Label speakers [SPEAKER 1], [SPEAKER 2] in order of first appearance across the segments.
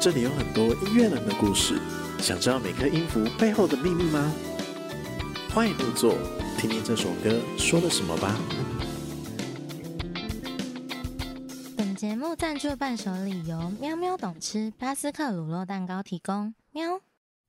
[SPEAKER 1] 这里有很多音乐人的故事，想知道每颗音符背后的秘密吗？欢迎入座，听听这首歌说了什么吧。
[SPEAKER 2] 本节目赞助伴手礼由喵喵懂吃巴斯克乳酪蛋糕提供。喵，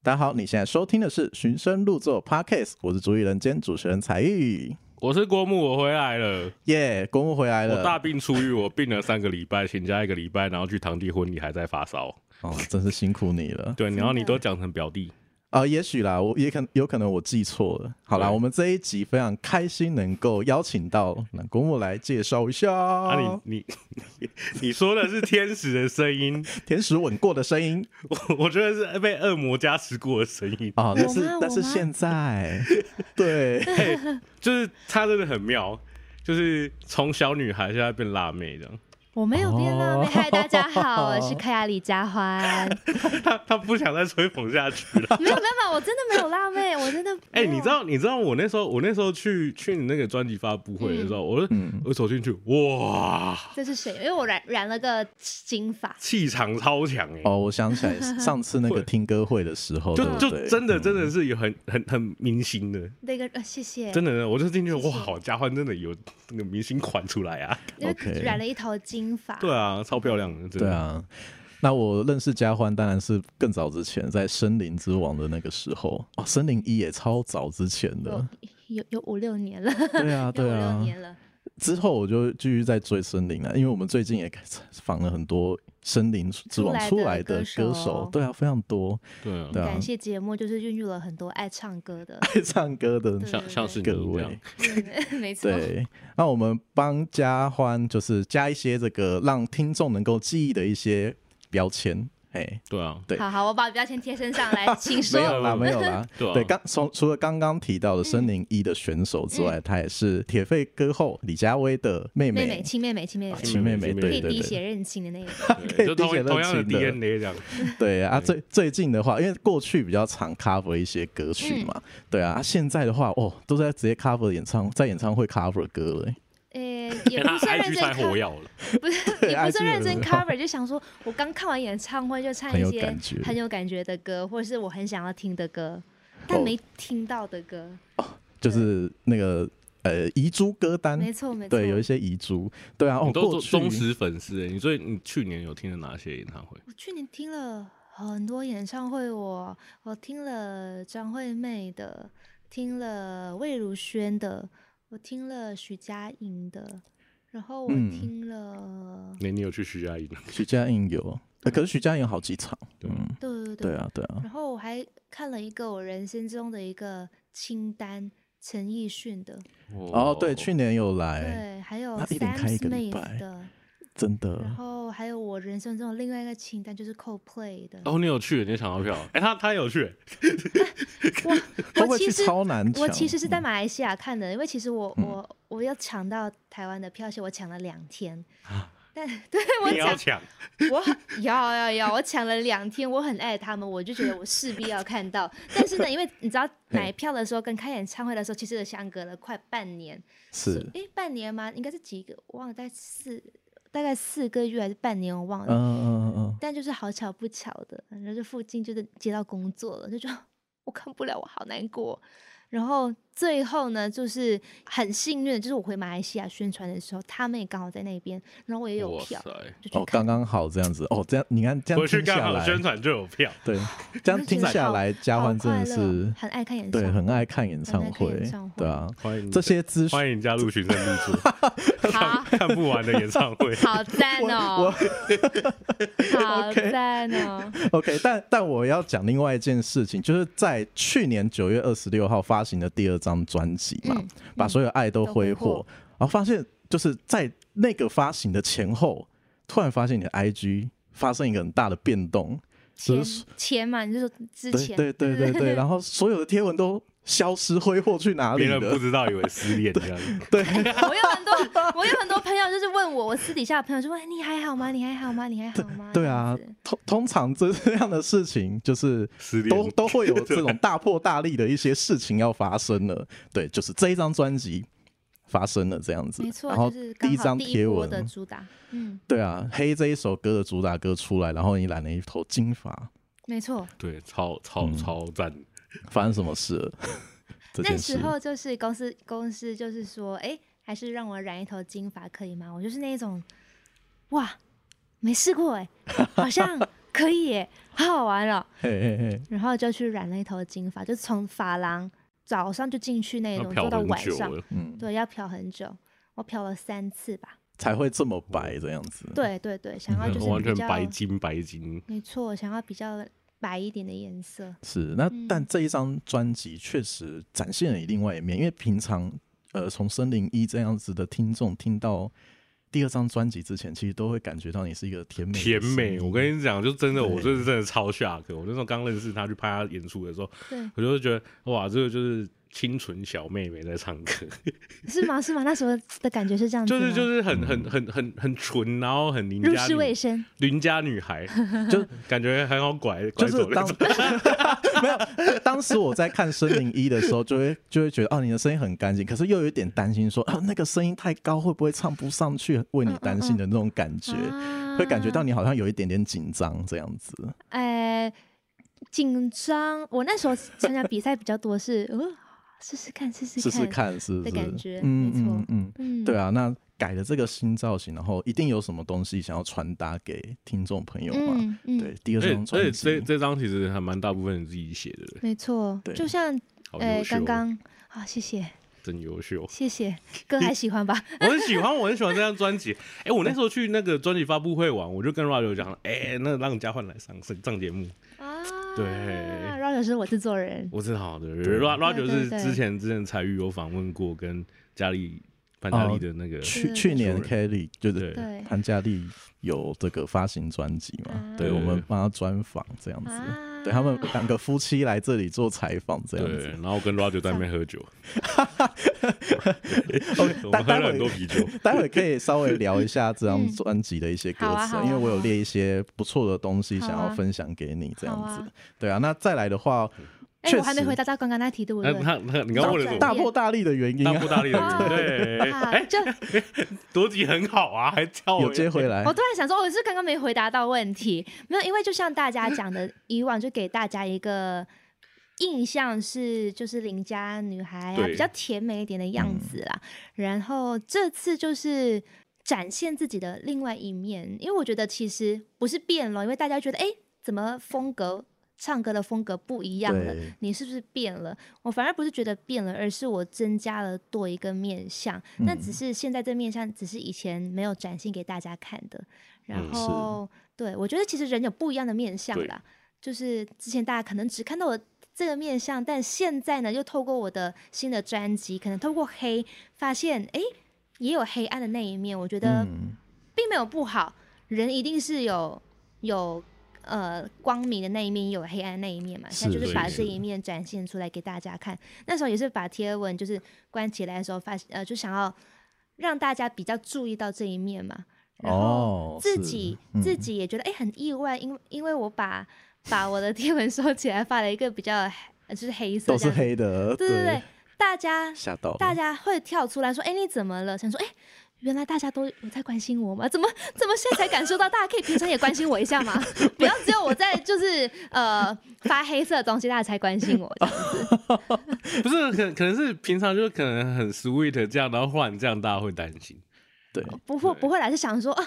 [SPEAKER 3] 大家好，你现在收听的是《寻声入座》Podcast，我是主理人兼主持人才玉。
[SPEAKER 4] 我是郭牧，我回来了。
[SPEAKER 3] 耶、公务回来
[SPEAKER 4] 我
[SPEAKER 3] 了，
[SPEAKER 4] 大病初愈，我病了三个礼拜，请假一个礼拜，然后去堂弟婚礼还在发烧。
[SPEAKER 3] 哦，真是辛苦你了。
[SPEAKER 4] 对，然后你
[SPEAKER 2] 真的
[SPEAKER 4] 都讲成表弟，
[SPEAKER 3] 啊、也许啦，我也可有可能我记错了。好啦，
[SPEAKER 4] 对
[SPEAKER 3] 我们这一集非常开心能够邀请到那公务来介绍一下、
[SPEAKER 2] 哦
[SPEAKER 4] 啊你你 你说的是天使的声音，
[SPEAKER 3] 天使吻过的声音
[SPEAKER 4] 我我觉得是哎被恶魔加持过的声音，
[SPEAKER 3] 啊，但
[SPEAKER 2] 我
[SPEAKER 3] 是
[SPEAKER 2] 吗
[SPEAKER 3] 但是
[SPEAKER 2] 我吗
[SPEAKER 3] 现在对
[SPEAKER 4] 就是她真的很妙，就是从小女孩现在变辣妹这样。
[SPEAKER 5] 我没有变辣妹，
[SPEAKER 3] 哦
[SPEAKER 5] 嗨，大家好，我是凯亚李佳欢。
[SPEAKER 4] 她她不想再吹捧下去 了。
[SPEAKER 5] 没有办法，我真的没有辣妹，我 真的没
[SPEAKER 4] 哎、
[SPEAKER 5] 有。
[SPEAKER 4] 你知道你知道我那时候我那时候去去你那个专辑发布会的时
[SPEAKER 2] 嗯
[SPEAKER 4] 候，我就
[SPEAKER 3] 嗯
[SPEAKER 4] 我走进去，哇，
[SPEAKER 5] 这是谁？因为我染染了个金发，
[SPEAKER 4] 气场超强哎、
[SPEAKER 3] 哦，我想起来上次那个听歌会的时候，哦
[SPEAKER 4] 就
[SPEAKER 3] 对不
[SPEAKER 4] 就
[SPEAKER 3] 对嗯
[SPEAKER 4] 真的真的是有很很很明星的，
[SPEAKER 5] 那个呃，谢谢，
[SPEAKER 4] 真的，呢，我就进去
[SPEAKER 5] 谢谢
[SPEAKER 4] 哇，好家欢，真的有那个明星款出来 啊！
[SPEAKER 5] 因为
[SPEAKER 3] OK
[SPEAKER 5] 染了一头金发。
[SPEAKER 4] 对啊，超漂亮的，真的
[SPEAKER 3] 对，啊。那我认识嘉欢当然是更早之前，在《森林之王》的那个时候，哦，《森林一》也超早之前的
[SPEAKER 5] 有，有有五六年了，
[SPEAKER 3] 对啊，
[SPEAKER 5] 有五
[SPEAKER 3] 对
[SPEAKER 5] 六
[SPEAKER 3] 啊。
[SPEAKER 5] 年了。
[SPEAKER 3] 之后我就继续在追《森林》了，啊因为我们最近也访了很多《森林之王》出
[SPEAKER 5] 出
[SPEAKER 3] 来
[SPEAKER 5] 来
[SPEAKER 3] 的
[SPEAKER 5] 的
[SPEAKER 3] 歌
[SPEAKER 5] 歌手
[SPEAKER 3] 手，对啊，非常多，
[SPEAKER 4] 对啊，
[SPEAKER 3] 对啊
[SPEAKER 5] 感，谢节目，就是孕育了很多爱唱 歌的
[SPEAKER 3] 爱唱歌的
[SPEAKER 5] 对
[SPEAKER 4] 像像是你
[SPEAKER 3] 各
[SPEAKER 4] 这
[SPEAKER 3] 位
[SPEAKER 4] 样，。
[SPEAKER 5] 没 错。
[SPEAKER 3] 对，那我们帮嘉欢就是加一些这个让听众能够记忆的一些标签，哎，
[SPEAKER 4] 对啊，
[SPEAKER 3] 对
[SPEAKER 5] 好好，我把标签贴身 上来，请说
[SPEAKER 3] 没。有 啦，没有啦。
[SPEAKER 4] 对啊
[SPEAKER 3] 对，刚从除了刚刚提到的森林一的选手之外，她也是铁肺歌后李佳薇的妹
[SPEAKER 5] 嗯妹妹，亲妹妹，亲妹妹，
[SPEAKER 3] 啊亲妹妹，
[SPEAKER 4] 亲妹妹
[SPEAKER 5] 可
[SPEAKER 3] 对
[SPEAKER 5] 以滴
[SPEAKER 3] 对
[SPEAKER 5] 血
[SPEAKER 3] 对，
[SPEAKER 5] 认亲的那个。
[SPEAKER 4] 对就同
[SPEAKER 3] 理解认
[SPEAKER 4] 同样的
[SPEAKER 3] 清的
[SPEAKER 4] DNA 这样，
[SPEAKER 3] 对啊。最最近的话，因为过去比较常 cover 一些歌曲嘛，
[SPEAKER 5] 嗯
[SPEAKER 3] 对啊。啊现在的话，哦，都在直接 cover 演唱，在演唱会 cover 歌了欸。
[SPEAKER 5] 呃，也
[SPEAKER 3] 哎
[SPEAKER 4] 跟
[SPEAKER 5] 不
[SPEAKER 4] 他
[SPEAKER 5] 算认
[SPEAKER 4] IG
[SPEAKER 5] 真
[SPEAKER 4] 太
[SPEAKER 5] 看
[SPEAKER 4] 火，药了，
[SPEAKER 5] 不是
[SPEAKER 3] 对
[SPEAKER 5] 也不
[SPEAKER 3] IG
[SPEAKER 5] 是认真
[SPEAKER 3] 有人
[SPEAKER 5] cover，就想说我刚看完演唱会就唱
[SPEAKER 3] 很
[SPEAKER 5] 一
[SPEAKER 3] 有
[SPEAKER 5] 些
[SPEAKER 3] 感觉
[SPEAKER 5] 很有感觉的歌，或者是我很想要听的歌，但
[SPEAKER 3] 哦
[SPEAKER 5] 没听到的歌。
[SPEAKER 3] 就是那个呃遗珠歌单，
[SPEAKER 5] 没错没错，
[SPEAKER 3] 对，有一些遗珠，对啊。哦，
[SPEAKER 4] 你都
[SPEAKER 3] 过
[SPEAKER 4] 是
[SPEAKER 3] 去
[SPEAKER 4] 忠实粉丝哎，你所以你去年有听了哪些演唱会？
[SPEAKER 5] 我去年听了很多演唱会我，我听了张惠妹的，听了魏如萱的，我听了许佳莹的，然后我
[SPEAKER 3] 嗯
[SPEAKER 5] 听了，
[SPEAKER 4] 那你有去徐佳莹？
[SPEAKER 3] 徐佳莹有，呃可是徐佳莹好几场，嗯，
[SPEAKER 5] 对对对
[SPEAKER 3] 对啊，对啊。
[SPEAKER 5] 然后我还看了一个我人生中的一个清单，陈奕迅的，
[SPEAKER 3] 哦，对，去年有来，
[SPEAKER 5] 对，还有
[SPEAKER 3] 他一连
[SPEAKER 5] Sam
[SPEAKER 3] 开一个礼
[SPEAKER 5] Smith
[SPEAKER 3] 拜嗯
[SPEAKER 5] 的，
[SPEAKER 3] 真的。
[SPEAKER 5] 然后还有我人生中的另外一个清单就是 Coldplay 的。
[SPEAKER 4] 哦，你有去，你抢到票，哎，他他有去，
[SPEAKER 3] 会
[SPEAKER 5] 我
[SPEAKER 3] 不会
[SPEAKER 5] 我
[SPEAKER 3] 去
[SPEAKER 5] 其实
[SPEAKER 3] 超难抢？嗯
[SPEAKER 5] 我其实是在马来西亚看的，因为其实我我我要抢到台湾的票，而且我抢了两天。
[SPEAKER 3] 啊
[SPEAKER 5] 但对我
[SPEAKER 4] 你要
[SPEAKER 5] 抢，
[SPEAKER 4] 抢，
[SPEAKER 5] 我很要要要，我抢了两天，我很爱他们，我就觉得我势必要看到。但是呢，因为 你知道买票的时候跟开演唱会的时候，其实有相隔了快半年，
[SPEAKER 3] 是，
[SPEAKER 5] 诶，半年吗？应该是几个，我忘了，大概四，大概四个月还是半年，我忘
[SPEAKER 3] 嗯
[SPEAKER 5] 了。
[SPEAKER 3] 嗯嗯嗯，
[SPEAKER 5] 但就是好巧不巧的，然后这附近就是接到工作了，就觉得我看不了，我好难过。然后最后呢，就是很幸运的，就是我回马来西亚宣传的时候，他们也刚好在那边，然后我也有
[SPEAKER 4] 哇
[SPEAKER 5] 票，
[SPEAKER 4] 塞，
[SPEAKER 5] 就去
[SPEAKER 3] 哦，
[SPEAKER 5] 看
[SPEAKER 3] 刚刚好这样子，哦，这样你看这样
[SPEAKER 4] 回去
[SPEAKER 3] 听
[SPEAKER 4] 刚
[SPEAKER 3] 下
[SPEAKER 4] 好
[SPEAKER 3] 来，
[SPEAKER 4] 宣传就有票，
[SPEAKER 3] 对，这样
[SPEAKER 5] 就
[SPEAKER 3] 听
[SPEAKER 5] 觉得
[SPEAKER 3] 下
[SPEAKER 5] 好
[SPEAKER 3] 来，嘉
[SPEAKER 5] 好
[SPEAKER 3] 欢真的
[SPEAKER 5] 快乐
[SPEAKER 3] 是
[SPEAKER 5] 很爱看演唱
[SPEAKER 3] 对
[SPEAKER 5] 会，
[SPEAKER 3] 很爱看演
[SPEAKER 5] 很爱
[SPEAKER 3] 唱
[SPEAKER 5] 看
[SPEAKER 3] 会
[SPEAKER 5] 演唱，会
[SPEAKER 3] 对啊，
[SPEAKER 4] 欢迎
[SPEAKER 3] 这些资讯
[SPEAKER 4] 嗯欢迎加入群生入座，
[SPEAKER 5] 好
[SPEAKER 4] 看不完的演唱会，
[SPEAKER 5] 好赞 哦，好
[SPEAKER 3] OK
[SPEAKER 5] 赞哦，
[SPEAKER 3] OK，但但我要讲另外一件事情，就是在去年九月二十六号发行的第二张专辑嘛，
[SPEAKER 5] 嗯
[SPEAKER 3] 把所有爱都挥
[SPEAKER 5] 都挥
[SPEAKER 3] 霍
[SPEAKER 5] 霍，
[SPEAKER 3] 然后发现就是在那个发行的前后，突然发现你的 IG 发生一个很大的变动，
[SPEAKER 5] 钱
[SPEAKER 3] 是
[SPEAKER 5] 钱嘛，你就说之前
[SPEAKER 3] 对对对对对，然后所有的贴文都消失挥霍去哪里
[SPEAKER 4] 别人不
[SPEAKER 3] 了？
[SPEAKER 4] 知道以为失恋这样，
[SPEAKER 3] 对，
[SPEAKER 5] 我有 很多，我有很多朋友就是问我，我私底下的朋友就问你还好吗？你还好吗？你还好吗？
[SPEAKER 3] 对
[SPEAKER 5] 这
[SPEAKER 3] 啊
[SPEAKER 5] 样子，
[SPEAKER 3] 通通常这 这样的事情就是
[SPEAKER 4] 失
[SPEAKER 3] 都
[SPEAKER 4] 恋
[SPEAKER 3] 都会 有这种大破大立的一些事情要发生了。对，就是这一张专辑发生了这样子。
[SPEAKER 5] 没错，
[SPEAKER 3] 然后
[SPEAKER 5] 就是刚
[SPEAKER 3] 第一
[SPEAKER 5] 好
[SPEAKER 3] 张
[SPEAKER 5] 第一
[SPEAKER 3] 贴
[SPEAKER 5] 波
[SPEAKER 3] 文哦
[SPEAKER 5] 的主打，嗯，
[SPEAKER 3] 对啊，黑这一首歌的主打歌出来，然后你染了一头金发，
[SPEAKER 5] 没错。
[SPEAKER 4] 对，超超
[SPEAKER 3] 嗯
[SPEAKER 4] 超赞，
[SPEAKER 3] 发生什么事了？ 这
[SPEAKER 5] 那
[SPEAKER 3] 件事
[SPEAKER 5] 时候就是公司公司就是说，哎、还是让我染一头金发可以吗？我就是那一种，哇，没试过哎、好像可以耶、好好玩哦。
[SPEAKER 3] 嘿嘿嘿，
[SPEAKER 5] 然后就去染了一头金发，就从发廊早上就进去那
[SPEAKER 4] 那
[SPEAKER 5] 种，
[SPEAKER 4] 漂
[SPEAKER 5] 做到
[SPEAKER 4] 很
[SPEAKER 5] 晚
[SPEAKER 4] 久
[SPEAKER 5] 上，
[SPEAKER 4] 了，
[SPEAKER 3] 嗯，
[SPEAKER 5] 对，要漂很久，我漂了三次吧。
[SPEAKER 3] 才会这么白这样子。，
[SPEAKER 5] 对对对，想
[SPEAKER 3] 嗯
[SPEAKER 5] 要就是
[SPEAKER 4] 完
[SPEAKER 5] 比
[SPEAKER 4] 全
[SPEAKER 5] 较
[SPEAKER 4] 白金白金，
[SPEAKER 5] 没错，想要比较白一点的颜色。
[SPEAKER 3] 是那、
[SPEAKER 5] 嗯
[SPEAKER 3] 但这一张专辑确实展现了你另外一面，因为平常呃从森林一这样子的听众听到第二张专辑之前，其实都会感觉到你是一个甜美的
[SPEAKER 4] 甜
[SPEAKER 3] 声
[SPEAKER 4] 美。
[SPEAKER 3] 音
[SPEAKER 4] 我跟你讲，就真的，
[SPEAKER 3] 对
[SPEAKER 4] 我这是真的超下课。我那时候刚认识他，去拍他演出的时候，
[SPEAKER 5] 对，
[SPEAKER 4] 我就会觉得哇，这个就是清纯小妹妹在唱歌，
[SPEAKER 5] 是吗？是吗？那时候的感嗯觉是这样子
[SPEAKER 4] 就
[SPEAKER 5] 吗，
[SPEAKER 4] 是就是
[SPEAKER 3] 嗯
[SPEAKER 4] 很很很很很纯，然后很邻
[SPEAKER 5] 入
[SPEAKER 4] 家
[SPEAKER 5] 世未
[SPEAKER 4] 女
[SPEAKER 5] 深。
[SPEAKER 4] 邻家女 孩，
[SPEAKER 3] 就
[SPEAKER 4] 感觉很好拐拐
[SPEAKER 3] 就是
[SPEAKER 4] 走那
[SPEAKER 3] 当
[SPEAKER 4] 种。
[SPEAKER 3] 没有，当时我在看《森林一》的时候，就会就会觉得哦，你的声音很干净，可是又有一点担心说，啊，那个声音太高，会不会唱不上去？为你担心的那种感觉，
[SPEAKER 5] 啊
[SPEAKER 3] 会感觉到你好像有一点点紧张这样子。
[SPEAKER 5] 哎紧张。我那时候参加比赛比较多是，哦，试试看，试试
[SPEAKER 3] 试试看是不
[SPEAKER 5] 的
[SPEAKER 3] 是？
[SPEAKER 5] 感觉
[SPEAKER 3] 嗯
[SPEAKER 5] 没错
[SPEAKER 3] 嗯嗯，
[SPEAKER 5] 嗯，
[SPEAKER 3] 对啊，那改了这个新造型，然后一定有什么东西想要传达给听众朋友嘛？
[SPEAKER 5] 嗯嗯，
[SPEAKER 3] 对，第二
[SPEAKER 4] 而且
[SPEAKER 3] 张
[SPEAKER 4] 而
[SPEAKER 3] 专
[SPEAKER 4] 且这
[SPEAKER 3] 辑，
[SPEAKER 4] 这张其实还蛮大部分自己写的，
[SPEAKER 5] 没错
[SPEAKER 3] 对，
[SPEAKER 5] 就像
[SPEAKER 4] 好
[SPEAKER 5] 呃
[SPEAKER 4] 优秀
[SPEAKER 3] 哦
[SPEAKER 5] 刚，刚好，谢谢
[SPEAKER 4] 真优秀。
[SPEAKER 5] 谢谢，哥还喜 欢吧？
[SPEAKER 4] 我很喜欢，我很喜欢这张专辑。哎、我那时候去那个专辑发布会玩，我就跟 Roger 讲，哎、那让嘉焕来上上节目。
[SPEAKER 5] 啊，
[SPEAKER 4] 对
[SPEAKER 5] ，Roger 是我制作人，
[SPEAKER 4] 我知道的，Roger
[SPEAKER 5] 对
[SPEAKER 4] Roger
[SPEAKER 5] 对
[SPEAKER 4] 是
[SPEAKER 5] 对
[SPEAKER 4] 之前之前才遇有访问过跟家里潘嘉丽的那个，
[SPEAKER 3] 去
[SPEAKER 5] 对
[SPEAKER 3] 去年
[SPEAKER 4] 主
[SPEAKER 3] Kelly 就是
[SPEAKER 4] 对
[SPEAKER 5] 对
[SPEAKER 3] 潘嘉丽有这个发行专辑嘛
[SPEAKER 5] 啊？
[SPEAKER 3] 对，我们帮他专访这样子。
[SPEAKER 5] 啊，
[SPEAKER 3] 对他们两个夫妻来这里做采访，这样
[SPEAKER 4] 对，
[SPEAKER 3] 子。哦
[SPEAKER 4] 然后跟 Roger 在那边喝酒，
[SPEAKER 3] 待
[SPEAKER 4] 我们喝
[SPEAKER 3] 待
[SPEAKER 4] 了
[SPEAKER 3] 会
[SPEAKER 4] 很多啤酒。
[SPEAKER 3] 待会可以稍微聊一下这张
[SPEAKER 5] 嗯
[SPEAKER 3] 专辑的一些歌
[SPEAKER 5] 好啊
[SPEAKER 3] 词
[SPEAKER 5] 好，啊
[SPEAKER 3] 因为我有列一些不错的东西
[SPEAKER 5] 好
[SPEAKER 3] 想
[SPEAKER 5] 啊
[SPEAKER 3] 要分享给你，这样
[SPEAKER 5] 好
[SPEAKER 3] 子
[SPEAKER 5] 啊。
[SPEAKER 3] 对啊，那再来的话，
[SPEAKER 5] 哎，
[SPEAKER 3] 确
[SPEAKER 5] 我还没
[SPEAKER 3] 实哎
[SPEAKER 5] 回答到刚刚那题，对不
[SPEAKER 4] 他
[SPEAKER 5] 对？
[SPEAKER 4] 他他，你刚问了什么？
[SPEAKER 3] 大破大立的原因
[SPEAKER 4] 大
[SPEAKER 3] 啊
[SPEAKER 4] 不，大力的人，
[SPEAKER 5] 啊
[SPEAKER 4] 对，
[SPEAKER 5] 啊
[SPEAKER 4] 哎，
[SPEAKER 5] 就
[SPEAKER 4] 逻辑很好啊，还叫我
[SPEAKER 3] 有接回来
[SPEAKER 5] 我。突然想说，我是刚刚没回答到问题，没有，因为就像大家讲的，以往就给大家一个印象是，就是邻家女孩啊，
[SPEAKER 4] 对
[SPEAKER 5] 比较甜美一点的样子啦。然后这次就是展现自己的另外一面，因为我觉得其实不是变了，因为大家觉得哎，诶怎么风格唱歌的风格不一样了
[SPEAKER 3] 对？
[SPEAKER 5] 你是不是变了？我反而不是觉得变了，而是我增加了多一个面相。那
[SPEAKER 3] 嗯
[SPEAKER 5] 只是现在这面相，只是以前没有展现给大家看的。然
[SPEAKER 4] 嗯
[SPEAKER 3] 是
[SPEAKER 5] 后，对我觉得其实人有不一样的面相
[SPEAKER 4] 对
[SPEAKER 5] 啦，就是之前大家可能只看到我这个面相，但现在呢，又透过我的新的专辑，可能透过黑发现，哎，也有黑暗的那一面。我觉得
[SPEAKER 3] 嗯，
[SPEAKER 5] 并没有不好，人一定是有有呃光明的那一面，也有黑暗的那一面嘛。现在就是是把
[SPEAKER 4] 是
[SPEAKER 5] 这一面展现出来给大家看。那时候也是把贴文就是关起来的时候发，呃，就想要让大家比较注意到这一面嘛。然后
[SPEAKER 3] 哦
[SPEAKER 5] 自
[SPEAKER 3] 是
[SPEAKER 5] 己、
[SPEAKER 3] 嗯
[SPEAKER 5] 自己也觉得哎、诶很意外，因为因为我把把我的贴文收起来，发了一个比较呃就是黑色，
[SPEAKER 3] 都是，黑的，
[SPEAKER 5] 对对对，大家
[SPEAKER 3] 吓到了
[SPEAKER 5] 大家会跳出来说：“哎、你怎么了？”想说：“哎、原来大家都有在关心我吗？怎么怎么现在才感受到？大家可以平常也关心我一下嘛， 不要只有我在就是呃发黑色的东西，大家才关心我。这样
[SPEAKER 4] 不是，可可能是平常就可能很 sweet 这样，然后忽然这样，大家会担心。
[SPEAKER 3] 对，
[SPEAKER 5] 不会不会来是想说啊，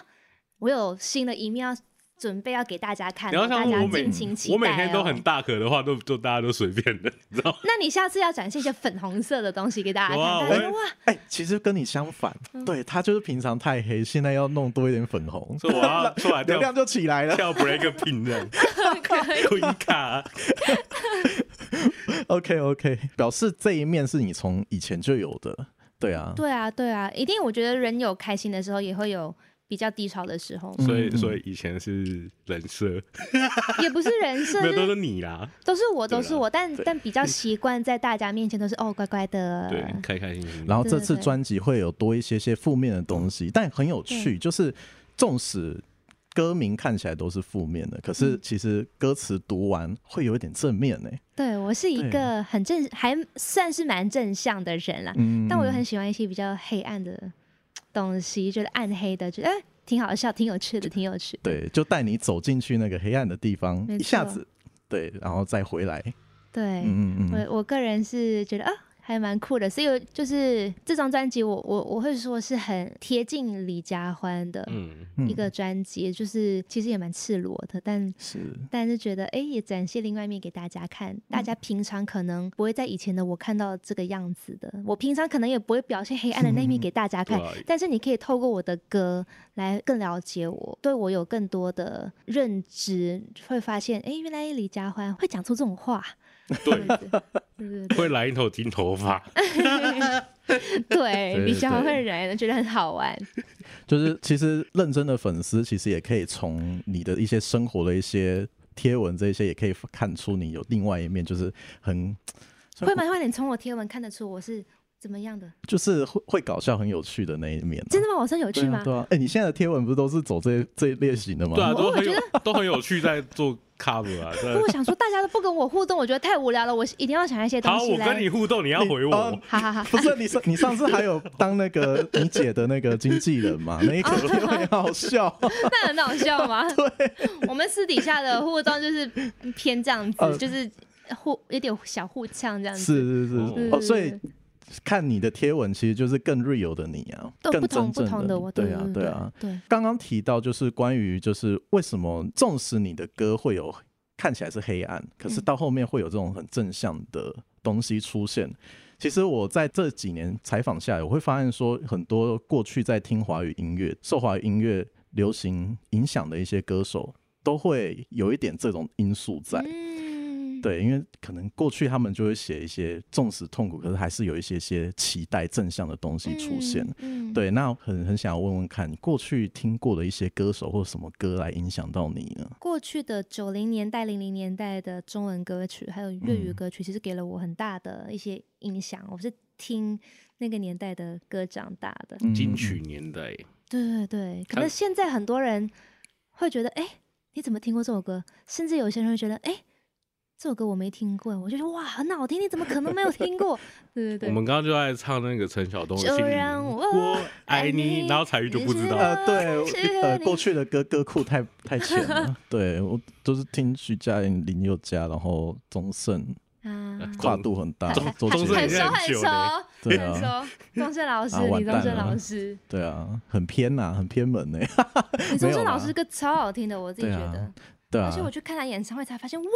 [SPEAKER 5] 我有新的一面要准备要给大家看
[SPEAKER 4] 你要
[SPEAKER 5] 哦，
[SPEAKER 4] 像
[SPEAKER 5] 大
[SPEAKER 4] 是
[SPEAKER 5] 家
[SPEAKER 4] 我每
[SPEAKER 5] 敬请期待、哦。
[SPEAKER 4] 我每天都很。大可的话，都都大家都随便的，你 知道吗？
[SPEAKER 5] 那你下次要展现一些粉红色的东西给大家看，
[SPEAKER 4] 哇
[SPEAKER 5] 大家说
[SPEAKER 4] 啊我
[SPEAKER 5] 哇，
[SPEAKER 3] 哎，其实跟你相反，
[SPEAKER 5] 嗯
[SPEAKER 3] 对他就是平常太黑，现在要弄多一点粉红，
[SPEAKER 4] 所以我要出来
[SPEAKER 3] 流
[SPEAKER 4] 跳
[SPEAKER 3] 量就起来 了。
[SPEAKER 4] 跳 break 拼 这样， 啊有一卡，
[SPEAKER 3] OK OK，表示这一面是你从以前就有的，对啊，
[SPEAKER 5] 对啊对啊，一定我觉得人有开心的时候，也会有比较低潮的时候，
[SPEAKER 4] 所
[SPEAKER 3] 嗯
[SPEAKER 4] 以所以以前是人设，
[SPEAKER 5] 也不是人 设，
[SPEAKER 4] 没
[SPEAKER 5] 就
[SPEAKER 4] 有
[SPEAKER 5] 是
[SPEAKER 4] 都是你啦，
[SPEAKER 5] 都是我，都
[SPEAKER 4] 对
[SPEAKER 5] 是
[SPEAKER 4] 啦
[SPEAKER 5] 我，但
[SPEAKER 3] 对
[SPEAKER 5] 但比较习惯在大家面前都是哦乖乖的，
[SPEAKER 4] 对，开开心心。
[SPEAKER 3] 然后这
[SPEAKER 5] 对
[SPEAKER 3] 次
[SPEAKER 5] 对对
[SPEAKER 3] 专辑会有多一些些负面的东西，但很有趣，就是纵使歌名看起来都是负面的，可
[SPEAKER 5] 嗯
[SPEAKER 3] 是其实歌词读完会有一点正面呢、
[SPEAKER 5] 对我是一
[SPEAKER 3] 对
[SPEAKER 5] 个很正，还算是蛮正向的人啦，
[SPEAKER 3] 嗯，
[SPEAKER 5] 但我又很喜欢一些比较黑暗的东西，就是暗黑的，觉得哎、挺好笑，挺有趣的，挺有趣的。
[SPEAKER 3] 对，就带你走进去那个黑暗的地方，
[SPEAKER 5] 没
[SPEAKER 3] 一下
[SPEAKER 5] 错
[SPEAKER 3] 子对，然后再回来。
[SPEAKER 5] 对，
[SPEAKER 3] 嗯嗯嗯，
[SPEAKER 5] 我我个人是觉得啊，还蛮酷的，所以我就是这张专辑我，我我会说是很贴近李佳欢的
[SPEAKER 4] 嗯，
[SPEAKER 3] 嗯
[SPEAKER 5] 一个专辑，就是其实也蛮赤裸的，但
[SPEAKER 3] 是
[SPEAKER 5] 但是觉得哎、也展现另外一面给大家看。大
[SPEAKER 3] 嗯
[SPEAKER 5] 家平常可能不会在以前的我看到这个样子的，我平常可能也不会表现黑暗的那
[SPEAKER 3] 嗯
[SPEAKER 5] 一面给大家看。
[SPEAKER 4] 对啊
[SPEAKER 5] 但是你可以透过我的歌来更了解我，对我有更多的认知，会发现哎、原来李佳欢会讲出这 种话。
[SPEAKER 4] 对
[SPEAKER 5] 对对对对
[SPEAKER 4] 会染一头金头发，
[SPEAKER 5] 哎对，
[SPEAKER 3] 对
[SPEAKER 5] 李佳欢
[SPEAKER 3] 对
[SPEAKER 5] 会人觉得很好玩。
[SPEAKER 3] 就是其实认真的粉丝，其实也可以从你的一些生活的一些贴文这些，也可以看出你有另外一面，就是很
[SPEAKER 5] 会吗？会吗？你从我贴文看得出我是怎么样的？
[SPEAKER 3] 啊就是会会搞笑、很有趣的那一面啊、
[SPEAKER 5] 真的吗？我算有趣
[SPEAKER 3] 对
[SPEAKER 5] 吗
[SPEAKER 3] 啊？对啊，哎、你现在的贴文不是都是走这这一类型的吗？
[SPEAKER 4] 对啊，
[SPEAKER 5] 我
[SPEAKER 4] 都
[SPEAKER 5] 我
[SPEAKER 4] 很
[SPEAKER 5] 觉
[SPEAKER 4] 有
[SPEAKER 5] 得
[SPEAKER 4] 都很有趣，在做 cover 啊。对
[SPEAKER 5] 不过我想说，大家都不跟我互动，我觉得太无聊了。我一定要想一些东
[SPEAKER 4] 好，
[SPEAKER 5] 西
[SPEAKER 4] 我
[SPEAKER 5] 来。
[SPEAKER 4] 跟你互动，你要回
[SPEAKER 3] 你啊
[SPEAKER 4] 我。
[SPEAKER 5] 好好好，
[SPEAKER 3] 不是你上你上次还有当那个你姐的那个经纪人嘛？那一
[SPEAKER 5] 哦
[SPEAKER 3] 个就很好笑，
[SPEAKER 5] 那很好笑 吗？我们私底下的互动就是偏这样子，
[SPEAKER 3] 呃
[SPEAKER 5] 就是互有点小互呛这样
[SPEAKER 3] 是
[SPEAKER 5] 子。
[SPEAKER 3] 是是
[SPEAKER 4] 嗯
[SPEAKER 3] 哦，所以看你的贴文其实就是更 real 的你啊，
[SPEAKER 5] 都
[SPEAKER 3] 更
[SPEAKER 5] 不同
[SPEAKER 3] 真
[SPEAKER 5] 不同
[SPEAKER 3] 正
[SPEAKER 5] 的
[SPEAKER 3] 你
[SPEAKER 5] 我，
[SPEAKER 3] 对
[SPEAKER 5] 对
[SPEAKER 3] 啊
[SPEAKER 5] 对
[SPEAKER 3] 对啊。
[SPEAKER 5] 对，
[SPEAKER 3] 刚刚提到就是关于就是为什么纵使你的歌会有看起来是黑暗，可是到后面会有这种很正向的东西出现。其实我在这几年采访下来，我会发现说，很多过去在听华语音乐、受华语音乐流行影响的一些歌手，都会有一点这种因素在。
[SPEAKER 5] 嗯，
[SPEAKER 3] 对，因为可能过去他们就会写一些，纵使痛苦，可是还是有一些些期待正向的东西出现。
[SPEAKER 5] 嗯，嗯，
[SPEAKER 3] 对，那很很想要问问看，你过去听过的一些歌手或什么歌来影响到你呢？
[SPEAKER 5] 过去的九零年代、零零年代的中文歌曲，还有粤语
[SPEAKER 3] 嗯
[SPEAKER 5] 歌曲，其实给了我很大的一些影响。我是听那个年代的歌长大的，
[SPEAKER 3] 嗯
[SPEAKER 4] 金曲年代，
[SPEAKER 5] 对对对，可
[SPEAKER 4] 看
[SPEAKER 5] 能现在很多人会觉得，哎、你怎么听过这首歌？甚至有些人会觉得，哎、这首歌我没听过，我就说哇，很好听，你怎么可能没有听过？ 对对对，
[SPEAKER 4] 我们刚刚就在唱那个陈晓东的《
[SPEAKER 5] 就
[SPEAKER 4] 心
[SPEAKER 5] 让
[SPEAKER 4] 灵
[SPEAKER 5] 我
[SPEAKER 4] 我爱你》，然后彩玉就不知道
[SPEAKER 5] 你是。
[SPEAKER 3] 呃，对，呃，
[SPEAKER 5] 是
[SPEAKER 3] 过去的歌歌库太太浅 了，对我都是听徐佳莹、林宥嘉，然后钟盛，
[SPEAKER 5] 啊，
[SPEAKER 3] 跨度很大，
[SPEAKER 5] 很
[SPEAKER 3] 周
[SPEAKER 4] 钟
[SPEAKER 3] 杰
[SPEAKER 4] 盛也
[SPEAKER 5] 很
[SPEAKER 4] 是
[SPEAKER 5] 熟
[SPEAKER 3] 伦，
[SPEAKER 4] 很久
[SPEAKER 5] 很熟，
[SPEAKER 4] 嘞
[SPEAKER 3] 对
[SPEAKER 5] 很
[SPEAKER 3] 啊，
[SPEAKER 5] 熟，钟镇老师，
[SPEAKER 3] 啊完
[SPEAKER 5] 你钟镇
[SPEAKER 3] 蛋了
[SPEAKER 5] 老师，
[SPEAKER 3] 对啊，很偏呐，很偏门呢，
[SPEAKER 5] 你钟
[SPEAKER 3] 没有
[SPEAKER 5] 镇
[SPEAKER 3] 啦
[SPEAKER 5] 老师歌超好听的，我自己
[SPEAKER 3] 对
[SPEAKER 5] 觉
[SPEAKER 3] 啊
[SPEAKER 5] 得，
[SPEAKER 3] 对
[SPEAKER 5] 而
[SPEAKER 3] 啊
[SPEAKER 5] 且，我去看他演唱会才发现，哇，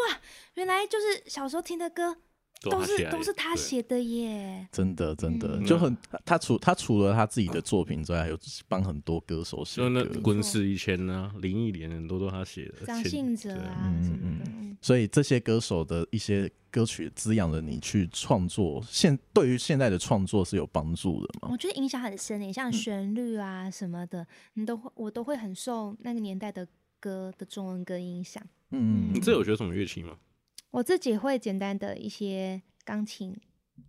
[SPEAKER 5] 原来就是小时候听的歌都
[SPEAKER 4] 他写
[SPEAKER 5] 是
[SPEAKER 4] 的
[SPEAKER 5] 都是他
[SPEAKER 4] 对
[SPEAKER 5] 写的耶，
[SPEAKER 3] 真的真的
[SPEAKER 5] 嗯
[SPEAKER 3] 就很他除他除了他自己的作品之外，还有帮很多歌手写
[SPEAKER 4] 就那
[SPEAKER 3] 歌，
[SPEAKER 4] 滚石以前呢，林忆莲很多都他写的。
[SPEAKER 5] 张
[SPEAKER 4] 前
[SPEAKER 5] 信哲
[SPEAKER 4] 对
[SPEAKER 5] 啊
[SPEAKER 3] 嗯
[SPEAKER 5] 什
[SPEAKER 3] 嗯
[SPEAKER 5] 么的。嗯
[SPEAKER 3] 所以这些歌手的一些歌曲滋养了你去创作，现对于现在的创作是有帮助的
[SPEAKER 4] 哦
[SPEAKER 3] 吗？
[SPEAKER 5] 我觉得影响很深诶，
[SPEAKER 4] 嗯
[SPEAKER 5] 像旋律啊什么的，你都会我都会很受那个年代的歌的中文歌影响。
[SPEAKER 3] 嗯，
[SPEAKER 4] 你这有学什么乐器吗？
[SPEAKER 5] 我自己会简单的一些钢琴，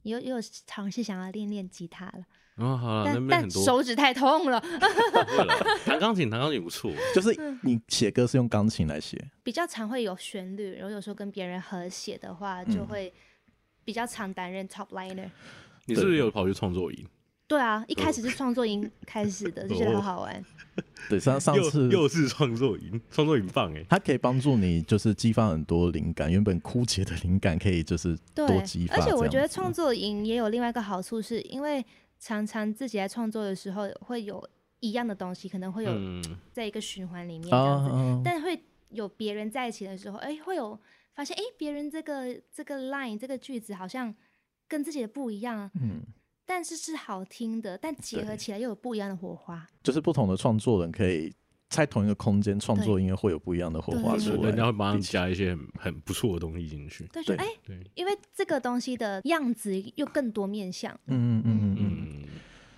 [SPEAKER 5] 也有也有尝试想要练练吉他了，
[SPEAKER 4] 啊，好了，那
[SPEAKER 5] 但
[SPEAKER 4] 边很
[SPEAKER 5] 但
[SPEAKER 4] 多。
[SPEAKER 5] 手指太痛了，
[SPEAKER 4] 会啦弹钢琴，弹钢琴不错。
[SPEAKER 3] 就是
[SPEAKER 5] 嗯
[SPEAKER 3] 你写歌是用钢琴来写，
[SPEAKER 5] 比较常会有旋律，然后有时候跟别人合写的话，
[SPEAKER 3] 嗯
[SPEAKER 5] 就会比较常担任 top liner。
[SPEAKER 4] 你是不是有跑去创作营？
[SPEAKER 5] 对啊，一开始是创作营开始的，就觉得
[SPEAKER 4] 哦
[SPEAKER 5] 很好玩。
[SPEAKER 3] 对上上
[SPEAKER 4] 又
[SPEAKER 3] 次
[SPEAKER 4] 又是创作营，创作营棒哎。
[SPEAKER 3] 它可以帮助你就是激发很多灵感，原本枯竭的灵感可以就是
[SPEAKER 5] 对
[SPEAKER 3] 多激，发。
[SPEAKER 5] 而且我
[SPEAKER 3] 这
[SPEAKER 5] 觉
[SPEAKER 3] 样
[SPEAKER 5] 得
[SPEAKER 3] 子
[SPEAKER 5] 创作营也有另外一个好处，是因为常常自己在创作的时候会有一样的东西，可能会有
[SPEAKER 4] 嗯，
[SPEAKER 5] 在一个循环里面这
[SPEAKER 3] 啊
[SPEAKER 5] 样子，
[SPEAKER 3] 啊，啊
[SPEAKER 5] 但会有别人在一起的时候，哎、会有发现，哎、别人这个这个 line 这个句子好像跟自己的不一样啊，
[SPEAKER 3] 嗯，
[SPEAKER 5] 但是是好听的，但结合
[SPEAKER 3] 对
[SPEAKER 5] 起来又有不一样的火花。
[SPEAKER 3] 就是不同的创作人可以在同一个空间创作音乐，会有不一样的火花
[SPEAKER 5] 对
[SPEAKER 3] 出
[SPEAKER 4] 对
[SPEAKER 3] 来。
[SPEAKER 4] 人家会帮他加一些很很不错的东西进去。
[SPEAKER 5] 对，就
[SPEAKER 3] 对
[SPEAKER 5] 哎、
[SPEAKER 4] 对，
[SPEAKER 5] 因为这个东西的样子又更多面向，
[SPEAKER 3] 嗯嗯嗯嗯嗯，
[SPEAKER 4] 嗯，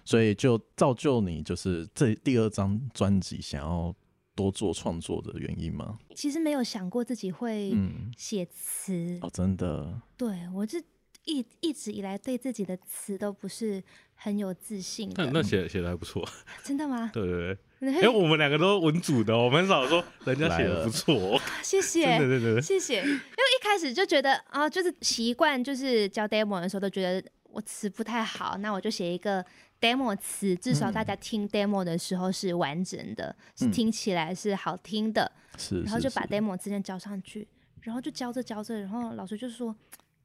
[SPEAKER 3] 所以就造就你就是这第二张专辑想要多做创作的原因吗？
[SPEAKER 5] 其实没有想过自己会
[SPEAKER 3] 嗯，
[SPEAKER 5] 写词。
[SPEAKER 3] 哦，真的，
[SPEAKER 5] 对我是一一直以来对自己的词都不是很有自信
[SPEAKER 4] 嗯那
[SPEAKER 5] 的，
[SPEAKER 4] 那写写的还不错。
[SPEAKER 5] 真的吗？
[SPEAKER 4] 对对对，
[SPEAKER 5] 你
[SPEAKER 4] 哎、
[SPEAKER 5] 会
[SPEAKER 4] 我们两个都文组的哦，我们很少说人家写的不错哦，
[SPEAKER 5] 谢谢，
[SPEAKER 4] 对对对对，
[SPEAKER 5] 谢谢。因为一开始就觉得啊、就是习惯，就是教 demo 的时候都觉得我词不太好，那我就写一个 demo 词，至少
[SPEAKER 4] 嗯
[SPEAKER 5] 大家听 demo 的时候是完整的，是
[SPEAKER 3] 嗯
[SPEAKER 5] 听起来是好听的，
[SPEAKER 3] 是，
[SPEAKER 5] 然后
[SPEAKER 3] 是
[SPEAKER 5] 就把
[SPEAKER 3] 是
[SPEAKER 5] demo 之间交上去，然后就教着教着，然后老师就说：“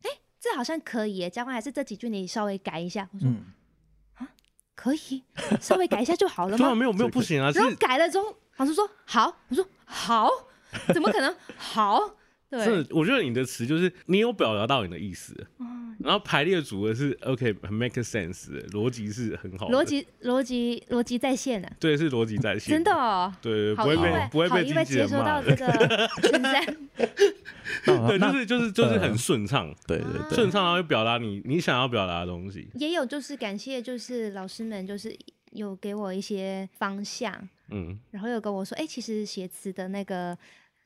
[SPEAKER 5] 哎、这好像可以耶，教官还是这几句你稍微改一下。”我说
[SPEAKER 3] 嗯，：“
[SPEAKER 5] 可以，稍微改一下 就好了
[SPEAKER 4] 对啊，
[SPEAKER 5] 吗
[SPEAKER 4] 没有没有不行啊，？”是
[SPEAKER 5] 然后改了之后，老师说：“好。”我说：“好，怎么可能好？” 对，哦
[SPEAKER 4] 真的，我觉得你的词就是你有表达到你的意思，然后排列组合是 OK 很 make sense，的逻辑是很好的，
[SPEAKER 5] 逻辑逻辑逻辑在线呢、
[SPEAKER 4] 对是逻辑在线，
[SPEAKER 5] 真的哦。
[SPEAKER 4] 对，不
[SPEAKER 5] 好意
[SPEAKER 4] 会
[SPEAKER 5] 外
[SPEAKER 4] 被，不会
[SPEAKER 5] 好
[SPEAKER 4] 被
[SPEAKER 5] 意
[SPEAKER 4] 经
[SPEAKER 5] 外
[SPEAKER 4] 纪
[SPEAKER 5] 接
[SPEAKER 4] 人
[SPEAKER 5] 收到
[SPEAKER 4] 骂的，
[SPEAKER 5] 这个称赞，
[SPEAKER 4] 对，啊就
[SPEAKER 3] 那
[SPEAKER 4] 是就是就是很
[SPEAKER 3] 呃
[SPEAKER 4] 顺畅，
[SPEAKER 3] 对对对，
[SPEAKER 4] 顺畅然后表达你你想要表达的东西，
[SPEAKER 5] 也有就是感谢，就是老师们就是有给我一些方向，
[SPEAKER 4] 嗯，
[SPEAKER 5] 然后有跟我说，哎、其实写词的那个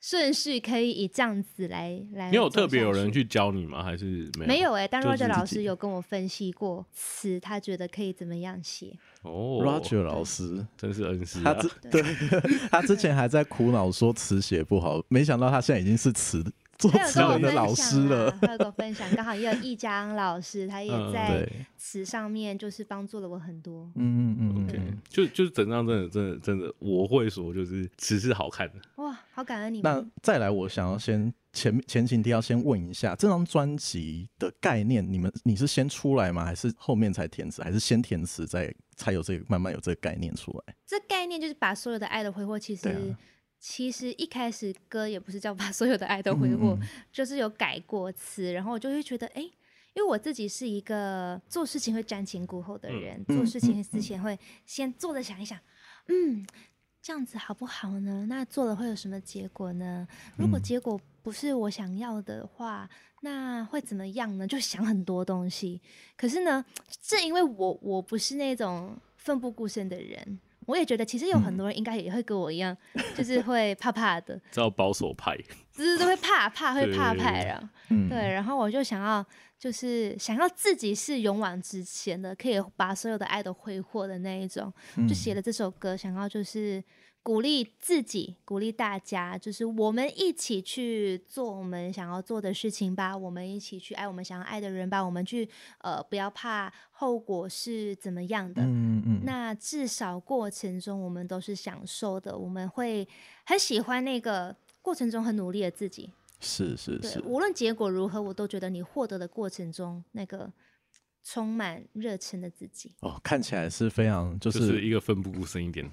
[SPEAKER 5] 顺序可以以这样子来来。
[SPEAKER 4] 你有特别有人？去教你吗？还是
[SPEAKER 3] 啊
[SPEAKER 4] 没有？
[SPEAKER 5] 没有哎、但
[SPEAKER 4] 就
[SPEAKER 5] Roger
[SPEAKER 4] 是
[SPEAKER 5] 老
[SPEAKER 3] 自
[SPEAKER 5] 师
[SPEAKER 3] 己
[SPEAKER 5] 有跟我分析过词，他觉得可以怎么样 写。
[SPEAKER 4] 哦
[SPEAKER 3] Roger 老师，
[SPEAKER 4] 真是恩师
[SPEAKER 3] 他
[SPEAKER 4] 啊，
[SPEAKER 3] 之对
[SPEAKER 5] 啊
[SPEAKER 3] 他之前还在苦恼说词写不好，没想到他现在已经是词做
[SPEAKER 5] 他有
[SPEAKER 3] 词
[SPEAKER 5] 跟我
[SPEAKER 3] 人
[SPEAKER 5] 分
[SPEAKER 3] 的
[SPEAKER 5] 享啊
[SPEAKER 3] 老师
[SPEAKER 5] 啦
[SPEAKER 3] 了。
[SPEAKER 5] 他有跟我分享，刚好也有易家昂老师，他也
[SPEAKER 4] 嗯
[SPEAKER 5] 在
[SPEAKER 3] 对，
[SPEAKER 5] 词上面就是帮助了我很多。
[SPEAKER 3] 嗯嗯嗯嗯
[SPEAKER 4] OK，
[SPEAKER 3] 嗯。
[SPEAKER 4] 就就是整张真的真的真的，我会说就是词是好看的，
[SPEAKER 5] 哇，好感恩你
[SPEAKER 3] 那
[SPEAKER 5] 们！
[SPEAKER 3] 再来，我想要先前前情提要先问一下，这张专辑的概念，你们你是先出来吗？还是后面才填词？还是先填词再才有这个慢慢有这个概念出来？
[SPEAKER 5] 这概念就是把所有的爱都挥霍，其实、
[SPEAKER 3] 对啊
[SPEAKER 5] 其实一开始歌也不是叫把所有的爱都挥霍，
[SPEAKER 3] 嗯嗯
[SPEAKER 5] 就是有改过词，然后我就会觉得，哎、因为我自己是一个做事情会瞻前顾后的人，
[SPEAKER 3] 嗯
[SPEAKER 5] 做事情之前会先坐着想一想，嗯，这样子好不好呢？那做了会有什么结果呢？如果
[SPEAKER 3] 嗯
[SPEAKER 5] 结果不是我想要的话，那会怎么样呢？就想很多东西。可是呢，正因为我我不是那种奋不顾身的人，我也觉得其实有
[SPEAKER 3] 嗯
[SPEAKER 5] 很多人应该也会跟我一样，就是会怕怕的，
[SPEAKER 4] 叫保守派，
[SPEAKER 5] 就是都会怕怕会怕
[SPEAKER 4] 对
[SPEAKER 5] 怕然后
[SPEAKER 3] 嗯，
[SPEAKER 5] 对，然后我就想要，就是想要自己是勇往直前的，可以把所有的爱都挥霍的那一种，就
[SPEAKER 3] 嗯
[SPEAKER 5] 写了这首歌，想要就是鼓励自己，鼓励大家，就是我们一起去做我们想要做的事情吧，我们一起去爱我们想要爱的人吧，我们去呃，不要怕后果是怎么样的，
[SPEAKER 3] 嗯嗯嗯，
[SPEAKER 5] 那至少过程中我们都是享受的，我们会很喜欢那个过程中很努力的自己，
[SPEAKER 3] 是是
[SPEAKER 5] 对，
[SPEAKER 3] 是，
[SPEAKER 5] 无论结果如何，我都觉得你获得的过程中那个充满热忱的自己，
[SPEAKER 3] 哦，看起来是非常就
[SPEAKER 4] 就是
[SPEAKER 3] 是
[SPEAKER 4] 一个奋不顾身一点，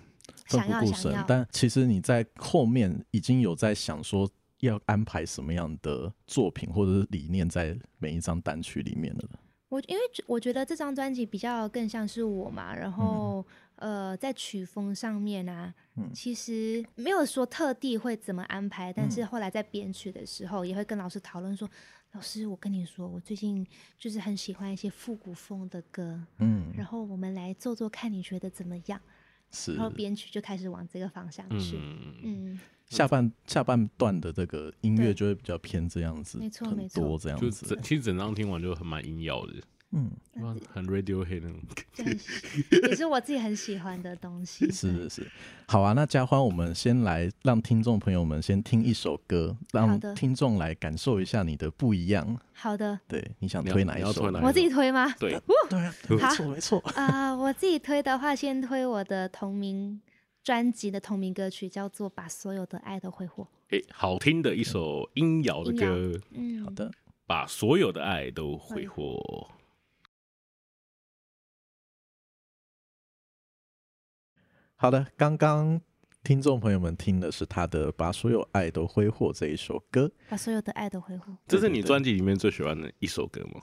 [SPEAKER 3] 奋
[SPEAKER 5] 想
[SPEAKER 3] 不
[SPEAKER 5] 要
[SPEAKER 3] 顾
[SPEAKER 5] 想
[SPEAKER 3] 身
[SPEAKER 5] 要，，
[SPEAKER 3] 但其实你在后面已经有在想说要安排什么样的作品或者是理念在每一张单曲里面了。
[SPEAKER 5] 我因为觉我觉得这张专辑比较更像是我嘛，然后、呃，在曲风上面啊，
[SPEAKER 3] 嗯
[SPEAKER 5] 其实没有说特地会怎么安排，但是
[SPEAKER 3] 嗯
[SPEAKER 5] 后来在编曲的时候也会跟老师讨论说，老师，我跟你说，我最近就是很喜欢一些复古风的歌，
[SPEAKER 3] 嗯，
[SPEAKER 5] 然后我们来做做看，你觉得怎么样？
[SPEAKER 3] 是
[SPEAKER 5] 然后编曲就开始往这个方向去，
[SPEAKER 4] 嗯，
[SPEAKER 5] 嗯
[SPEAKER 3] 下半下半段的这个音乐
[SPEAKER 5] 对
[SPEAKER 3] 就会比较偏这样子，
[SPEAKER 5] 没错
[SPEAKER 3] 很
[SPEAKER 5] 没错
[SPEAKER 3] 多这
[SPEAKER 4] 就
[SPEAKER 3] 样子
[SPEAKER 4] 整。其实整张听完就很蛮音摇的，
[SPEAKER 3] 嗯，
[SPEAKER 4] 哇很 Radiohead 那种，
[SPEAKER 5] 就很喜也是我自己很喜欢的东西。
[SPEAKER 3] 是是是，好啊。那嘉欢，我们先来让听众朋友们先听一首歌，
[SPEAKER 5] 好
[SPEAKER 3] 让
[SPEAKER 5] 的
[SPEAKER 3] 听众来感受一下你的不一样。
[SPEAKER 5] 好的，
[SPEAKER 3] 对，你想
[SPEAKER 4] 你要
[SPEAKER 3] 推哪
[SPEAKER 4] 你
[SPEAKER 3] 一
[SPEAKER 4] 要
[SPEAKER 3] 首
[SPEAKER 4] 推哪
[SPEAKER 3] 呢？
[SPEAKER 4] 一
[SPEAKER 5] 我自己推吗？
[SPEAKER 4] 对，
[SPEAKER 3] 对啊，
[SPEAKER 4] 好
[SPEAKER 3] 没错没错。
[SPEAKER 5] 啊、我自己推的话，先推我的同名专辑的同名歌曲，叫做《把所有的爱都挥霍》。
[SPEAKER 4] 诶，好听的一首音摇的
[SPEAKER 5] 音
[SPEAKER 4] 歌，
[SPEAKER 5] 嗯，好
[SPEAKER 3] 好。的，
[SPEAKER 4] 把所有的爱都挥霍。
[SPEAKER 3] 好的。刚刚听众朋友们听的是他的《把所有爱都挥霍》这一首歌。
[SPEAKER 5] 把所有的爱都挥霍，
[SPEAKER 4] 这是
[SPEAKER 3] 对
[SPEAKER 4] 你
[SPEAKER 3] 对
[SPEAKER 4] 专辑里面最喜欢的一首歌吗？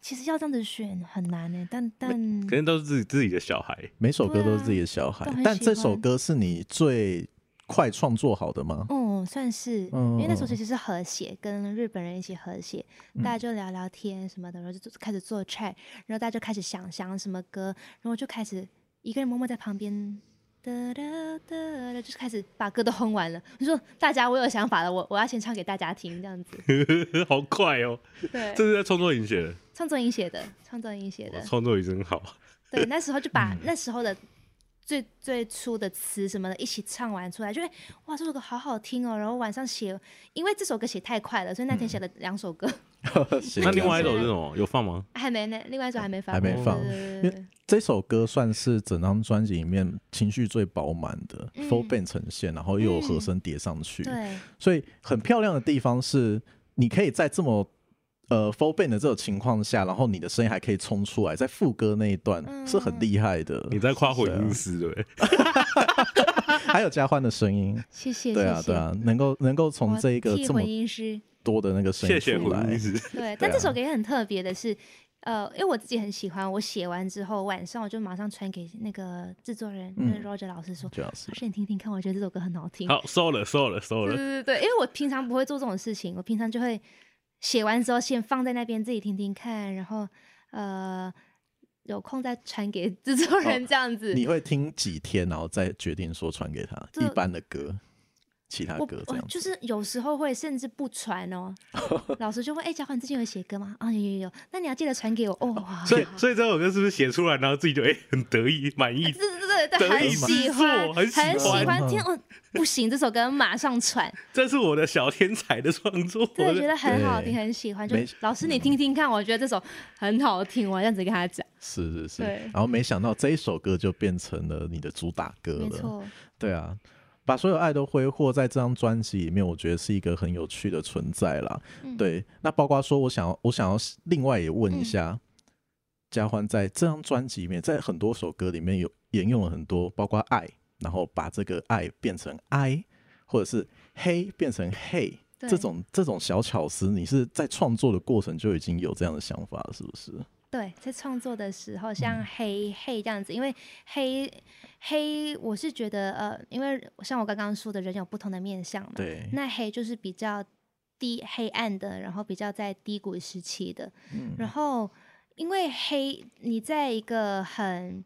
[SPEAKER 5] 其实要这样子选很难呢，但但
[SPEAKER 4] 可能都是自己自己的小孩，
[SPEAKER 3] 每首歌
[SPEAKER 5] 对啊
[SPEAKER 3] 都是自己的小孩，
[SPEAKER 5] 都很
[SPEAKER 3] 但
[SPEAKER 5] 喜
[SPEAKER 3] 这首
[SPEAKER 5] 欢
[SPEAKER 3] 歌是你最快创作好的吗？
[SPEAKER 5] 嗯，算是，因为那时候
[SPEAKER 3] 嗯
[SPEAKER 5] 其实是和谐，跟日本人一起和谐，大家就聊聊天什么的，然后就开始做 track，然后大家就开始想想什么歌，然后就开始一个人默默在旁边。哒哒哒哒，就是开始把歌都哼完了。我说大家，我有想法了，我我要先唱给大家听，这样子。
[SPEAKER 4] 好快哦！
[SPEAKER 5] 对
[SPEAKER 4] 这，是在创作营写的，
[SPEAKER 5] 创作营写的，创作营写
[SPEAKER 4] 哇
[SPEAKER 5] 的。
[SPEAKER 4] 创作营真好。
[SPEAKER 3] 嗯
[SPEAKER 5] 对，那时候就把那时候的最最初的词什么的一起唱完出来，就会哇这首歌好好听哦。然后晚上写，因为这首歌写太快了，所以那
[SPEAKER 3] 嗯
[SPEAKER 5] 天写了两首歌，嗯
[SPEAKER 4] 那另外一首是什么？有放吗？
[SPEAKER 5] 还没呢，另外一首还没发，
[SPEAKER 3] 还没放
[SPEAKER 5] 对对对
[SPEAKER 3] 因
[SPEAKER 5] 对
[SPEAKER 3] 为这首歌算是整张专辑里面情绪最饱满的、
[SPEAKER 5] 嗯
[SPEAKER 3] full band 呈现，然后又有和声叠上去，
[SPEAKER 5] 对对，
[SPEAKER 3] 所以很漂亮的地方是，你可以在这么呃 full band 的这种情况下，然后你的声音还可以冲出来，在副歌那一段
[SPEAKER 5] 嗯
[SPEAKER 3] 是很厉害的。
[SPEAKER 4] 你在夸混音师对不对？
[SPEAKER 3] 还有嘉欢的声音，
[SPEAKER 5] 谢谢，
[SPEAKER 3] 对啊
[SPEAKER 5] 谢谢
[SPEAKER 3] 对啊，能够能够从
[SPEAKER 5] 我
[SPEAKER 3] 这一个
[SPEAKER 5] 替
[SPEAKER 3] 这么啊
[SPEAKER 5] 混音师，
[SPEAKER 3] 多的那个声音
[SPEAKER 4] 谢谢
[SPEAKER 3] 出
[SPEAKER 4] 混
[SPEAKER 3] 来
[SPEAKER 4] 音，师。
[SPEAKER 5] 对，但这首歌也很特别的是，呃，因为我自己很喜欢，我写完之后晚上我就马上传给那个制作人，那
[SPEAKER 3] 嗯
[SPEAKER 5] Roger 老师说，
[SPEAKER 3] 主要是
[SPEAKER 5] 老师你听听看，我觉得这首歌很好听。
[SPEAKER 4] 好，收了收了收
[SPEAKER 5] 对
[SPEAKER 4] 了。
[SPEAKER 5] 对对对，因为我平常不会做这种事情，我平常就会写完之后先放在那边自己听听看，然后呃有空再传给制作人这样子。
[SPEAKER 3] 你会听几天，然后再决定说传给他
[SPEAKER 5] 这
[SPEAKER 3] 一般的歌，其他
[SPEAKER 5] 我
[SPEAKER 3] 歌这
[SPEAKER 5] 我
[SPEAKER 3] 样子。
[SPEAKER 5] 就是有时候会甚至不传哦，老师就问：“哎、嘉欢，你最近有写歌吗？”啊、有有有，那你要记得传给我哦。哇
[SPEAKER 4] 所以所以这首歌是不是写出来，然后自己就哎、很得意满意
[SPEAKER 5] 对？对对对，
[SPEAKER 4] 得
[SPEAKER 5] 很
[SPEAKER 4] 意
[SPEAKER 5] 喜
[SPEAKER 4] 之
[SPEAKER 5] 欢，
[SPEAKER 4] 作
[SPEAKER 5] 很
[SPEAKER 4] 很喜
[SPEAKER 5] 喜
[SPEAKER 3] 欢
[SPEAKER 5] 欢。天哦，不行，这首歌马上传，
[SPEAKER 4] 这是我的小天才的创作。
[SPEAKER 5] 真的觉得很好
[SPEAKER 3] 对
[SPEAKER 5] 听，很喜欢。就
[SPEAKER 3] 没
[SPEAKER 5] 老师你听听看，我觉得这首很好听，我要这样子跟他讲。
[SPEAKER 3] 是是是，
[SPEAKER 5] 对
[SPEAKER 3] 然后没想到这一首歌就变成了你的主打歌
[SPEAKER 5] 没
[SPEAKER 3] 了，
[SPEAKER 5] 错，
[SPEAKER 3] 对啊，把所有爱都挥霍在这张专辑里面，我觉得是一个很有趣的存在啦。
[SPEAKER 5] 嗯
[SPEAKER 3] 对，那包括说我想要，我想要另外也问一下，嘉欢在这张专辑里面，在很多首歌里面有沿用了很多，包括爱，然后把这个爱变成 I，或者是黑变成嘿。
[SPEAKER 5] 对
[SPEAKER 3] 这种这种小巧思，你是在创作的过程就已经有这样的想法了，是不是？
[SPEAKER 5] 对，在创作的时候，像黑黑这样子，因为黑黑，我是觉得呃，因为像我刚刚说的，人有不同的面相嘛。
[SPEAKER 3] 对，
[SPEAKER 5] 那黑就是比较低黑暗的，然后比较在低谷时期的。
[SPEAKER 3] 嗯
[SPEAKER 5] 然后因为黑，你在一个很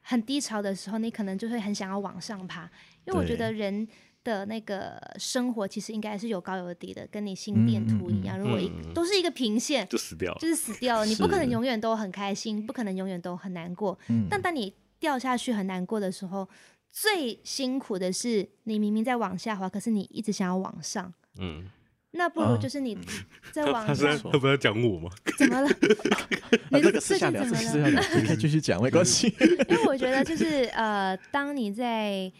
[SPEAKER 5] 很低潮的时候，你可能就会很想要往上爬，因为我觉
[SPEAKER 3] 对
[SPEAKER 5] 得人。的那个生活其实应该是有高有低的，跟你心电
[SPEAKER 3] 嗯嗯
[SPEAKER 5] 图一
[SPEAKER 4] 嗯
[SPEAKER 5] 样。如果一
[SPEAKER 4] 嗯嗯
[SPEAKER 5] 都是一个平线，
[SPEAKER 4] 就死掉了
[SPEAKER 5] 就。是死掉了，你不可能
[SPEAKER 3] 是
[SPEAKER 5] 永远都很开心，不可能永远都很难过。
[SPEAKER 3] 嗯
[SPEAKER 5] 但当你掉下去很难过的时候，最辛苦的是你明明在往下滑，可是你一直想要往上。
[SPEAKER 4] 嗯，
[SPEAKER 5] 那不如就是
[SPEAKER 3] 嗯
[SPEAKER 5] 你 在
[SPEAKER 4] 他
[SPEAKER 5] 往
[SPEAKER 4] 他是
[SPEAKER 5] 上，
[SPEAKER 4] 在他不是在讲我吗？
[SPEAKER 5] 怎 么了？
[SPEAKER 3] 啊那
[SPEAKER 5] 你
[SPEAKER 3] 呃这
[SPEAKER 5] 的
[SPEAKER 3] 个私
[SPEAKER 5] 最
[SPEAKER 3] 下
[SPEAKER 5] 近
[SPEAKER 3] 聊，
[SPEAKER 5] 怎
[SPEAKER 3] 这个私下
[SPEAKER 5] 么了？
[SPEAKER 3] 聊，你可以继续讲，没关系。
[SPEAKER 5] 因为我觉得就是呃，当你在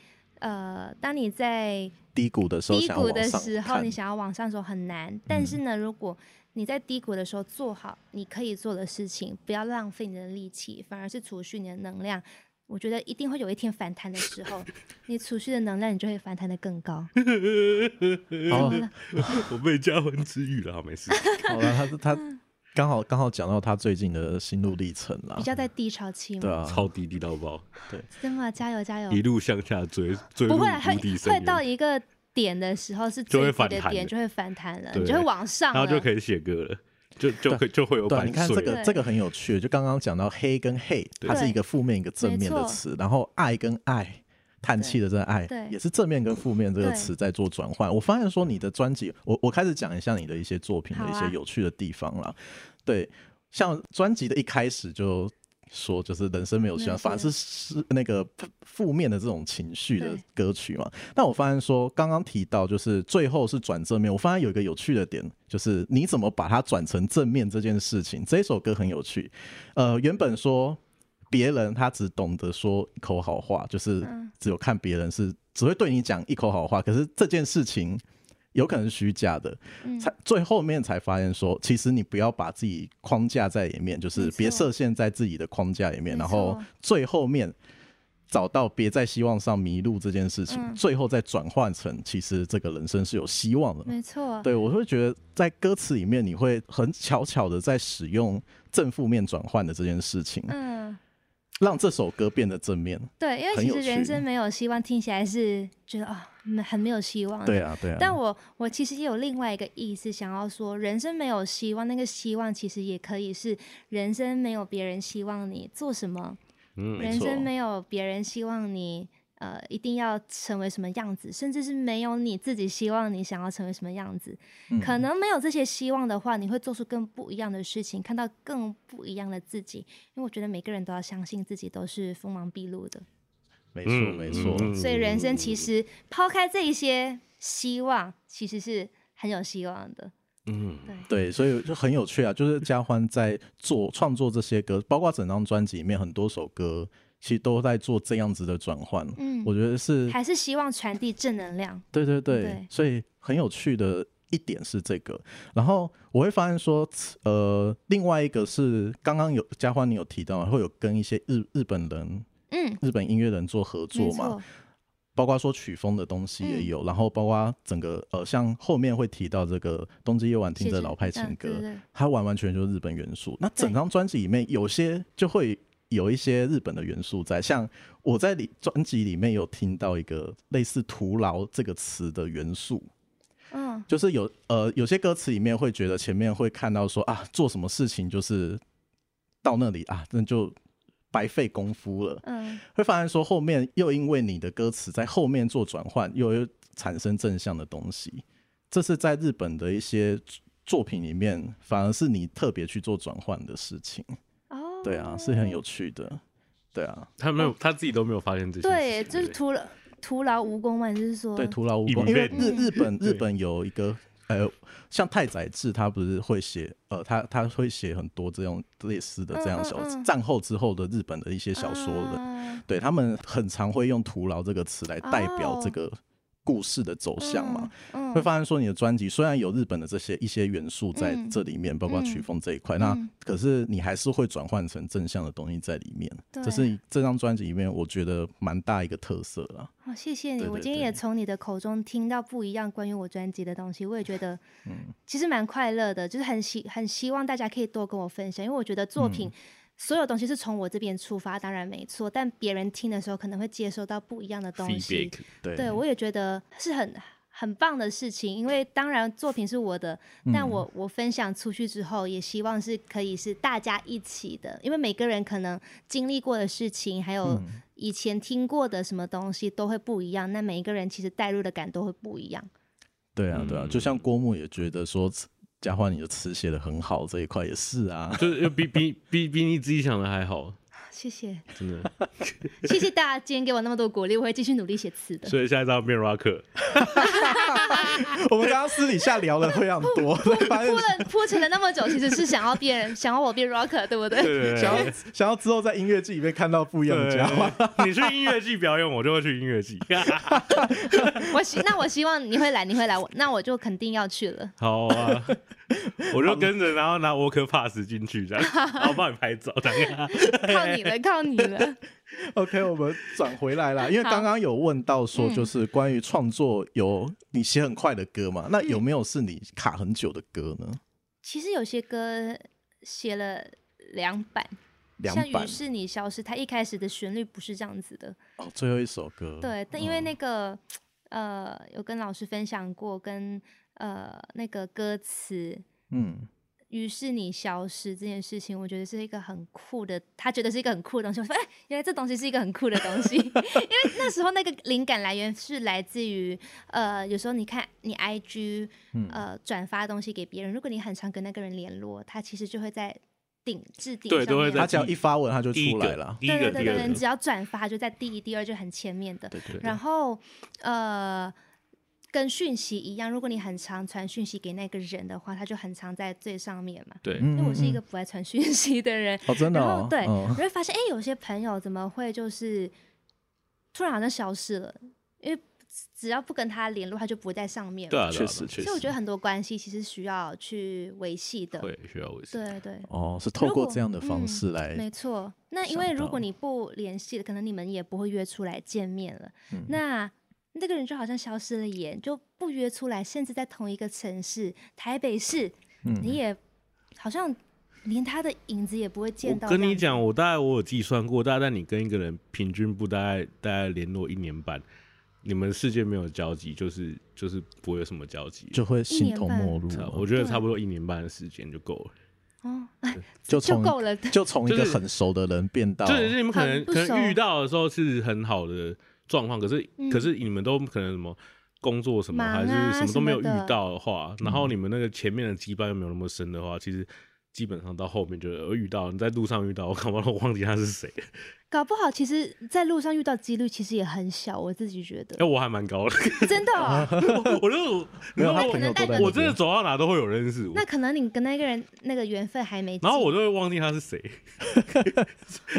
[SPEAKER 5] 呃，当你在
[SPEAKER 3] 低谷的时候
[SPEAKER 5] 低
[SPEAKER 3] 想要
[SPEAKER 5] 谷
[SPEAKER 3] 往
[SPEAKER 5] 的
[SPEAKER 3] 上
[SPEAKER 5] 时候，
[SPEAKER 3] 看
[SPEAKER 5] 你想要往上走很难。
[SPEAKER 4] 嗯
[SPEAKER 5] 但是呢，如果你在低谷的时候做好你可以做的事情，不要浪费你的力气，反而是储蓄你的能量。我觉得一定会有一天反弹的时 候，你储蓄的能量，你就会反弹的更高。
[SPEAKER 3] 好
[SPEAKER 5] 怎么了
[SPEAKER 4] 我被嘉文治愈了，好没事。
[SPEAKER 3] 哦 好了，他他刚好刚好讲到他最近的心路历程啦
[SPEAKER 5] 比，较在低潮期
[SPEAKER 3] 对
[SPEAKER 5] 嘛，
[SPEAKER 3] 啊，
[SPEAKER 4] 超低低到爆，
[SPEAKER 5] 真的啊加油加油！
[SPEAKER 4] 一路向下追，追入
[SPEAKER 5] 嗯不会啊
[SPEAKER 4] 无
[SPEAKER 5] 会
[SPEAKER 4] 底深
[SPEAKER 5] 会
[SPEAKER 4] 渊，
[SPEAKER 5] 到一个点的时候，是
[SPEAKER 4] 就
[SPEAKER 5] 最
[SPEAKER 4] 会
[SPEAKER 5] 低
[SPEAKER 4] 反
[SPEAKER 5] 的
[SPEAKER 4] 弹
[SPEAKER 5] 点
[SPEAKER 4] 的
[SPEAKER 5] 就会反弹了，
[SPEAKER 4] 对
[SPEAKER 5] 你就会往上
[SPEAKER 4] 然后
[SPEAKER 5] 了，
[SPEAKER 4] 就可以写歌了，就就可以就会有
[SPEAKER 3] 对啊，
[SPEAKER 4] 版
[SPEAKER 3] 你看
[SPEAKER 4] 税
[SPEAKER 3] 这
[SPEAKER 4] 了。
[SPEAKER 3] 个这个很有趣，就刚刚讲到黑跟黑，
[SPEAKER 4] 对
[SPEAKER 3] 它是一个负面一个正面的词，然后爱跟爱。叹气的这个爱
[SPEAKER 5] 对，
[SPEAKER 3] 也是正面跟负面这个词在做转换。我发现说你的专辑，我我开始讲一下你的一些作品的
[SPEAKER 5] 好
[SPEAKER 3] 一
[SPEAKER 5] 啊
[SPEAKER 3] 些有趣的地方啦。对，像专辑的一开始就说，就是人生没有希
[SPEAKER 5] 没
[SPEAKER 3] 望，
[SPEAKER 5] 有希望
[SPEAKER 3] 反而是是那个负面的这种情绪的
[SPEAKER 5] 对
[SPEAKER 3] 歌曲嘛。但我发现说，刚刚提到就是最后是转正面，我发现有一个有趣的点，就是你怎么把它转成正面这件事情。这首歌很有趣，呃，原本说别人他只懂得说一口好话，就是
[SPEAKER 5] 嗯
[SPEAKER 3] 只有看别人是只会对你讲一口好话，可是这件事情有可能是虚假的，
[SPEAKER 5] 嗯
[SPEAKER 3] 才最后面才发现说，其实你不要把自己框架在里面，就是
[SPEAKER 5] 没错
[SPEAKER 3] 别设限在自己的框架里面，
[SPEAKER 5] 没
[SPEAKER 3] 然后
[SPEAKER 5] 错
[SPEAKER 3] 最后面。找到别在希望上迷路这件事情，
[SPEAKER 5] 嗯
[SPEAKER 3] 最后再转换成其实这个人生是有希望的。
[SPEAKER 5] 没错，
[SPEAKER 3] 对，我会觉得在歌词里面，你会很巧巧的在使用正负面转换的这件事情，
[SPEAKER 5] 嗯。
[SPEAKER 3] 让这首歌变得正面。
[SPEAKER 5] 对，因为
[SPEAKER 3] 很
[SPEAKER 5] 其
[SPEAKER 3] 有
[SPEAKER 5] 实人
[SPEAKER 3] 趣
[SPEAKER 5] 生没有希望，听起来是觉得啊、嗯很没有希望。
[SPEAKER 3] 对。啊，对啊。
[SPEAKER 5] 但我我其实也有另外一个意思，想要说，人生没有希望，那个希望其实也可以是人生没有别人希望你做什么，
[SPEAKER 4] 嗯，
[SPEAKER 5] 人
[SPEAKER 3] 错
[SPEAKER 5] 生没有别人希望你呃一定要成为什么样子，甚至是没有你自己希望你想要成为什么样子。可能没有这些希望的话，你会做出更不一样的事情，看到更不一样的自己。因为我觉得每个人都要相信自己都是锋芒毕露的。
[SPEAKER 3] 没错
[SPEAKER 4] 嗯
[SPEAKER 3] 没错，
[SPEAKER 5] 所以人生其实抛开这一些希望，其实是很有希望的。
[SPEAKER 4] 嗯，
[SPEAKER 5] 对，
[SPEAKER 3] 对，所以就很有趣啊。就是嘉欢在做创作这些歌，包括整张专辑里面很多首歌，其实都在做这样子的转换。
[SPEAKER 5] 嗯
[SPEAKER 3] 我觉得是
[SPEAKER 5] 还是希望传递正能量。
[SPEAKER 3] 对对对，
[SPEAKER 5] 对
[SPEAKER 3] 所以很有趣的一点是这个。然后我会发现说，呃，另外一个是刚刚有嘉欢你有提到，会有跟一些日日本人、
[SPEAKER 5] 嗯，
[SPEAKER 3] 日本音乐人做合
[SPEAKER 5] 没
[SPEAKER 3] 作嘛，
[SPEAKER 5] 错，
[SPEAKER 3] 包括说曲风的东西
[SPEAKER 5] 嗯
[SPEAKER 3] 也有，然后包括整个呃，像后面会提到这个《冬之夜晚听着老派情歌》
[SPEAKER 5] 嗯对对对
[SPEAKER 3] 它完完全全就是日本元素。那整张专辑里面有些就会有一些日本的元素在，像我在里专辑里面有听到一个类似“徒劳”这个词的元素，
[SPEAKER 5] 嗯，
[SPEAKER 3] 就是有呃有些歌词里面会觉得前面会看到说啊做什么事情就是到那里啊那就白费功夫了，
[SPEAKER 5] 嗯，
[SPEAKER 3] 会发现说后面又因为你的歌词在后面做转换，又又产生正向的东西。这是在日本的一些作品里面，反而是你特别去做转换的事情。
[SPEAKER 5] 哦，
[SPEAKER 3] 对啊，是很有趣的。对啊，
[SPEAKER 4] 他没有，他自己都没有发现这些事情。
[SPEAKER 5] 对，就是
[SPEAKER 4] 不
[SPEAKER 5] 徒劳徒劳无功嘛，你就是说
[SPEAKER 3] 对，徒劳无功。
[SPEAKER 4] Event
[SPEAKER 3] 因为日
[SPEAKER 5] 嗯
[SPEAKER 3] 日本
[SPEAKER 4] 对
[SPEAKER 3] 日本有一个呃，像太宰治，他不是会写呃，他他会写很多这种类似的这样小、
[SPEAKER 5] 嗯嗯嗯
[SPEAKER 3] 战后之后的日本的一些小说的，
[SPEAKER 5] 啊
[SPEAKER 3] 对他们很常会用“徒劳”这个词来代表这个故事的走向嘛。
[SPEAKER 5] 哦嗯，
[SPEAKER 3] 会
[SPEAKER 5] 嗯
[SPEAKER 3] 发现说，你的专辑虽然有日本的这些一些元素在
[SPEAKER 5] 嗯
[SPEAKER 3] 这里面，包括曲风这一块，那
[SPEAKER 5] 嗯
[SPEAKER 3] 可是你还是会转换成正向的东西在里面。
[SPEAKER 5] 对
[SPEAKER 3] 这是这张专辑里面我觉得蛮大一个特色啦。
[SPEAKER 5] 好，哦谢谢你。
[SPEAKER 3] 对
[SPEAKER 5] 我
[SPEAKER 3] 对
[SPEAKER 5] 今天也
[SPEAKER 3] 对
[SPEAKER 5] 从你的口中听到不一样关于我专辑的东西，我也觉得，
[SPEAKER 3] 嗯
[SPEAKER 5] 其实蛮快乐的，就是很希很希望大家可以多跟我分享，因为我觉得作品、
[SPEAKER 3] 嗯
[SPEAKER 5] 所有东西是从我这边出发，当然没错，但别人听的时候可能会接收到不一样的东西。
[SPEAKER 4] feedback，
[SPEAKER 3] 对，
[SPEAKER 5] 对我也觉得是很很棒的事情，因为当然作品是我的，但我我分享出去之后，也希望是可以是大家一起的，因为每个人可能经历过的事情，还有以前听过的什么东西都会不一样，那每一个人其实带入的感都会不一样。
[SPEAKER 3] 对啊，对啊，
[SPEAKER 4] 嗯
[SPEAKER 3] 就像郭牧也觉得说，嘉欢你的词写的很好这一块也是啊。
[SPEAKER 4] 就是比比比比你自己想的还好，
[SPEAKER 5] 谢谢，
[SPEAKER 4] 真的。
[SPEAKER 5] 谢谢大家今天给我那么多鼓励，我会继续努力写词的。
[SPEAKER 4] 所以下一张变 rock，
[SPEAKER 3] 我们刚刚私底下聊了非常多，发现
[SPEAKER 5] 铺了铺陈了那么久，其实是想要变，想要我变 rocker，对不 对？
[SPEAKER 4] 对
[SPEAKER 3] 想要想要之后在音乐剧里面看到不一样的嘉欢。
[SPEAKER 4] 对， 你去音乐季表演，我就会去音乐 季。
[SPEAKER 5] 我希那我希望你会来，你会来，我那我就肯定要去了。
[SPEAKER 4] 好啊，我就跟着，然后拿 Walker Pass 进去， 这样，然后帮你拍照，这样。
[SPEAKER 5] 靠你了，靠你了。
[SPEAKER 3] OK，我们转回来啦，因为刚刚有问到说，
[SPEAKER 5] 嗯
[SPEAKER 3] 就是关于创作有你写很快的歌嘛，
[SPEAKER 5] 嗯
[SPEAKER 3] 那有没有是你卡很久的歌呢？
[SPEAKER 5] 其实有些歌写了两版，
[SPEAKER 3] 两
[SPEAKER 5] 像《
[SPEAKER 3] 版
[SPEAKER 5] 于是你消失》，它一开始的旋律不是这样子的。
[SPEAKER 3] 哦，最后一首歌，嗯
[SPEAKER 5] 对，但因为那个、呃，有跟老师分享过，跟呃那个歌词。
[SPEAKER 3] 嗯，
[SPEAKER 5] 于是你消失这件事情，我觉得是一个很酷的，他觉得是一个很酷的东西。我说，哎、原来这东西是一个很酷的东西， 因为那时候那个灵感来源是来自于，呃，有时候你看你 IG，呃，转发东西给别人，如果你很常跟那个人联络，他其实就会在顶置顶上
[SPEAKER 4] 对
[SPEAKER 5] 面，
[SPEAKER 4] 都会在
[SPEAKER 3] 他只要一发文他就
[SPEAKER 4] 第一
[SPEAKER 3] 出来
[SPEAKER 4] 个
[SPEAKER 3] 了，，
[SPEAKER 4] 第一
[SPEAKER 5] 对
[SPEAKER 4] 个，
[SPEAKER 5] 对
[SPEAKER 4] 第
[SPEAKER 5] 对对，
[SPEAKER 4] 二
[SPEAKER 5] 你
[SPEAKER 4] 个
[SPEAKER 5] 只，要转发就在第一、第二就很前面的。
[SPEAKER 3] 对对对，
[SPEAKER 5] 然后呃，跟讯息一样，如果你很常传讯息给那个人的话，他就很常在最上面嘛。
[SPEAKER 4] 对，
[SPEAKER 3] 嗯
[SPEAKER 5] 因为我是一
[SPEAKER 3] 嗯
[SPEAKER 5] 个不爱传讯息的人。
[SPEAKER 3] 哦，真的
[SPEAKER 5] 然
[SPEAKER 3] 哦
[SPEAKER 5] 后，对，
[SPEAKER 3] 嗯
[SPEAKER 5] 我会发现，哎、有些朋友怎么会就是突然好像消失了？因为只要不跟他联络，他就不会在上面嘛。
[SPEAKER 4] 对啊，
[SPEAKER 3] 确实确
[SPEAKER 5] 所以我觉
[SPEAKER 3] 实，
[SPEAKER 5] 得很多关系其实需要去维系的。
[SPEAKER 4] 会需要维持。
[SPEAKER 5] 对对，
[SPEAKER 3] 哦，是透
[SPEAKER 5] 如
[SPEAKER 3] 过
[SPEAKER 5] 果
[SPEAKER 3] 这样的方
[SPEAKER 5] 嗯
[SPEAKER 3] 式来
[SPEAKER 5] 没错。那因
[SPEAKER 3] 想
[SPEAKER 5] 为如
[SPEAKER 3] 到
[SPEAKER 5] 果你不联系了，可能你们也不会约出来见面了。那那个人就好像消失了耶，就不约出来，甚至在同一个城市，台北市，
[SPEAKER 3] 嗯
[SPEAKER 5] 你也好像连他的影子也不会见
[SPEAKER 4] 我
[SPEAKER 5] 到这样子。
[SPEAKER 4] 跟你讲，我大概我有计算过，大概你跟一个人平均不大概大概联络一年半，你们世界没有交集，就是就是不会有什么交集。
[SPEAKER 3] 就会形
[SPEAKER 5] 年
[SPEAKER 3] 同
[SPEAKER 5] 半
[SPEAKER 3] 陌路
[SPEAKER 4] 差
[SPEAKER 3] 了，
[SPEAKER 4] 我觉得差不多一年半的时间就够了。
[SPEAKER 5] 哦，
[SPEAKER 3] 就
[SPEAKER 5] 就
[SPEAKER 3] 从
[SPEAKER 5] 够了
[SPEAKER 3] 就从一个
[SPEAKER 4] 就是
[SPEAKER 3] 很熟的人变到
[SPEAKER 4] 就是你们可能
[SPEAKER 5] 很不
[SPEAKER 4] 可能
[SPEAKER 5] 熟嗯
[SPEAKER 4] 遇到的时候是很好的状况，可是、可是你们都可能什么工作什么、
[SPEAKER 5] 忙啊
[SPEAKER 4] 还是什么都没有遇
[SPEAKER 5] 什么的
[SPEAKER 4] 到的话，然后你们那个前面的羁绊又没有那么深的话，其实基本上到后面就是呃遇到你在路上遇到，我搞不好我忘记他是谁。
[SPEAKER 5] 搞不好其实在路上遇到几率其实也很小，我自己觉得
[SPEAKER 4] 哎、 我还蛮高的，
[SPEAKER 5] 真的哦、
[SPEAKER 4] 我我就
[SPEAKER 3] 没有
[SPEAKER 4] 然
[SPEAKER 3] 他
[SPEAKER 4] 后
[SPEAKER 5] 可
[SPEAKER 3] 朋
[SPEAKER 5] 能
[SPEAKER 3] 友都在
[SPEAKER 5] 带个
[SPEAKER 3] 那
[SPEAKER 4] 我真的
[SPEAKER 3] 边
[SPEAKER 4] 走到哪都会有人认识我
[SPEAKER 5] 那，可能你跟那个人那个缘分还没尽，
[SPEAKER 4] 然后我就会忘记他是谁，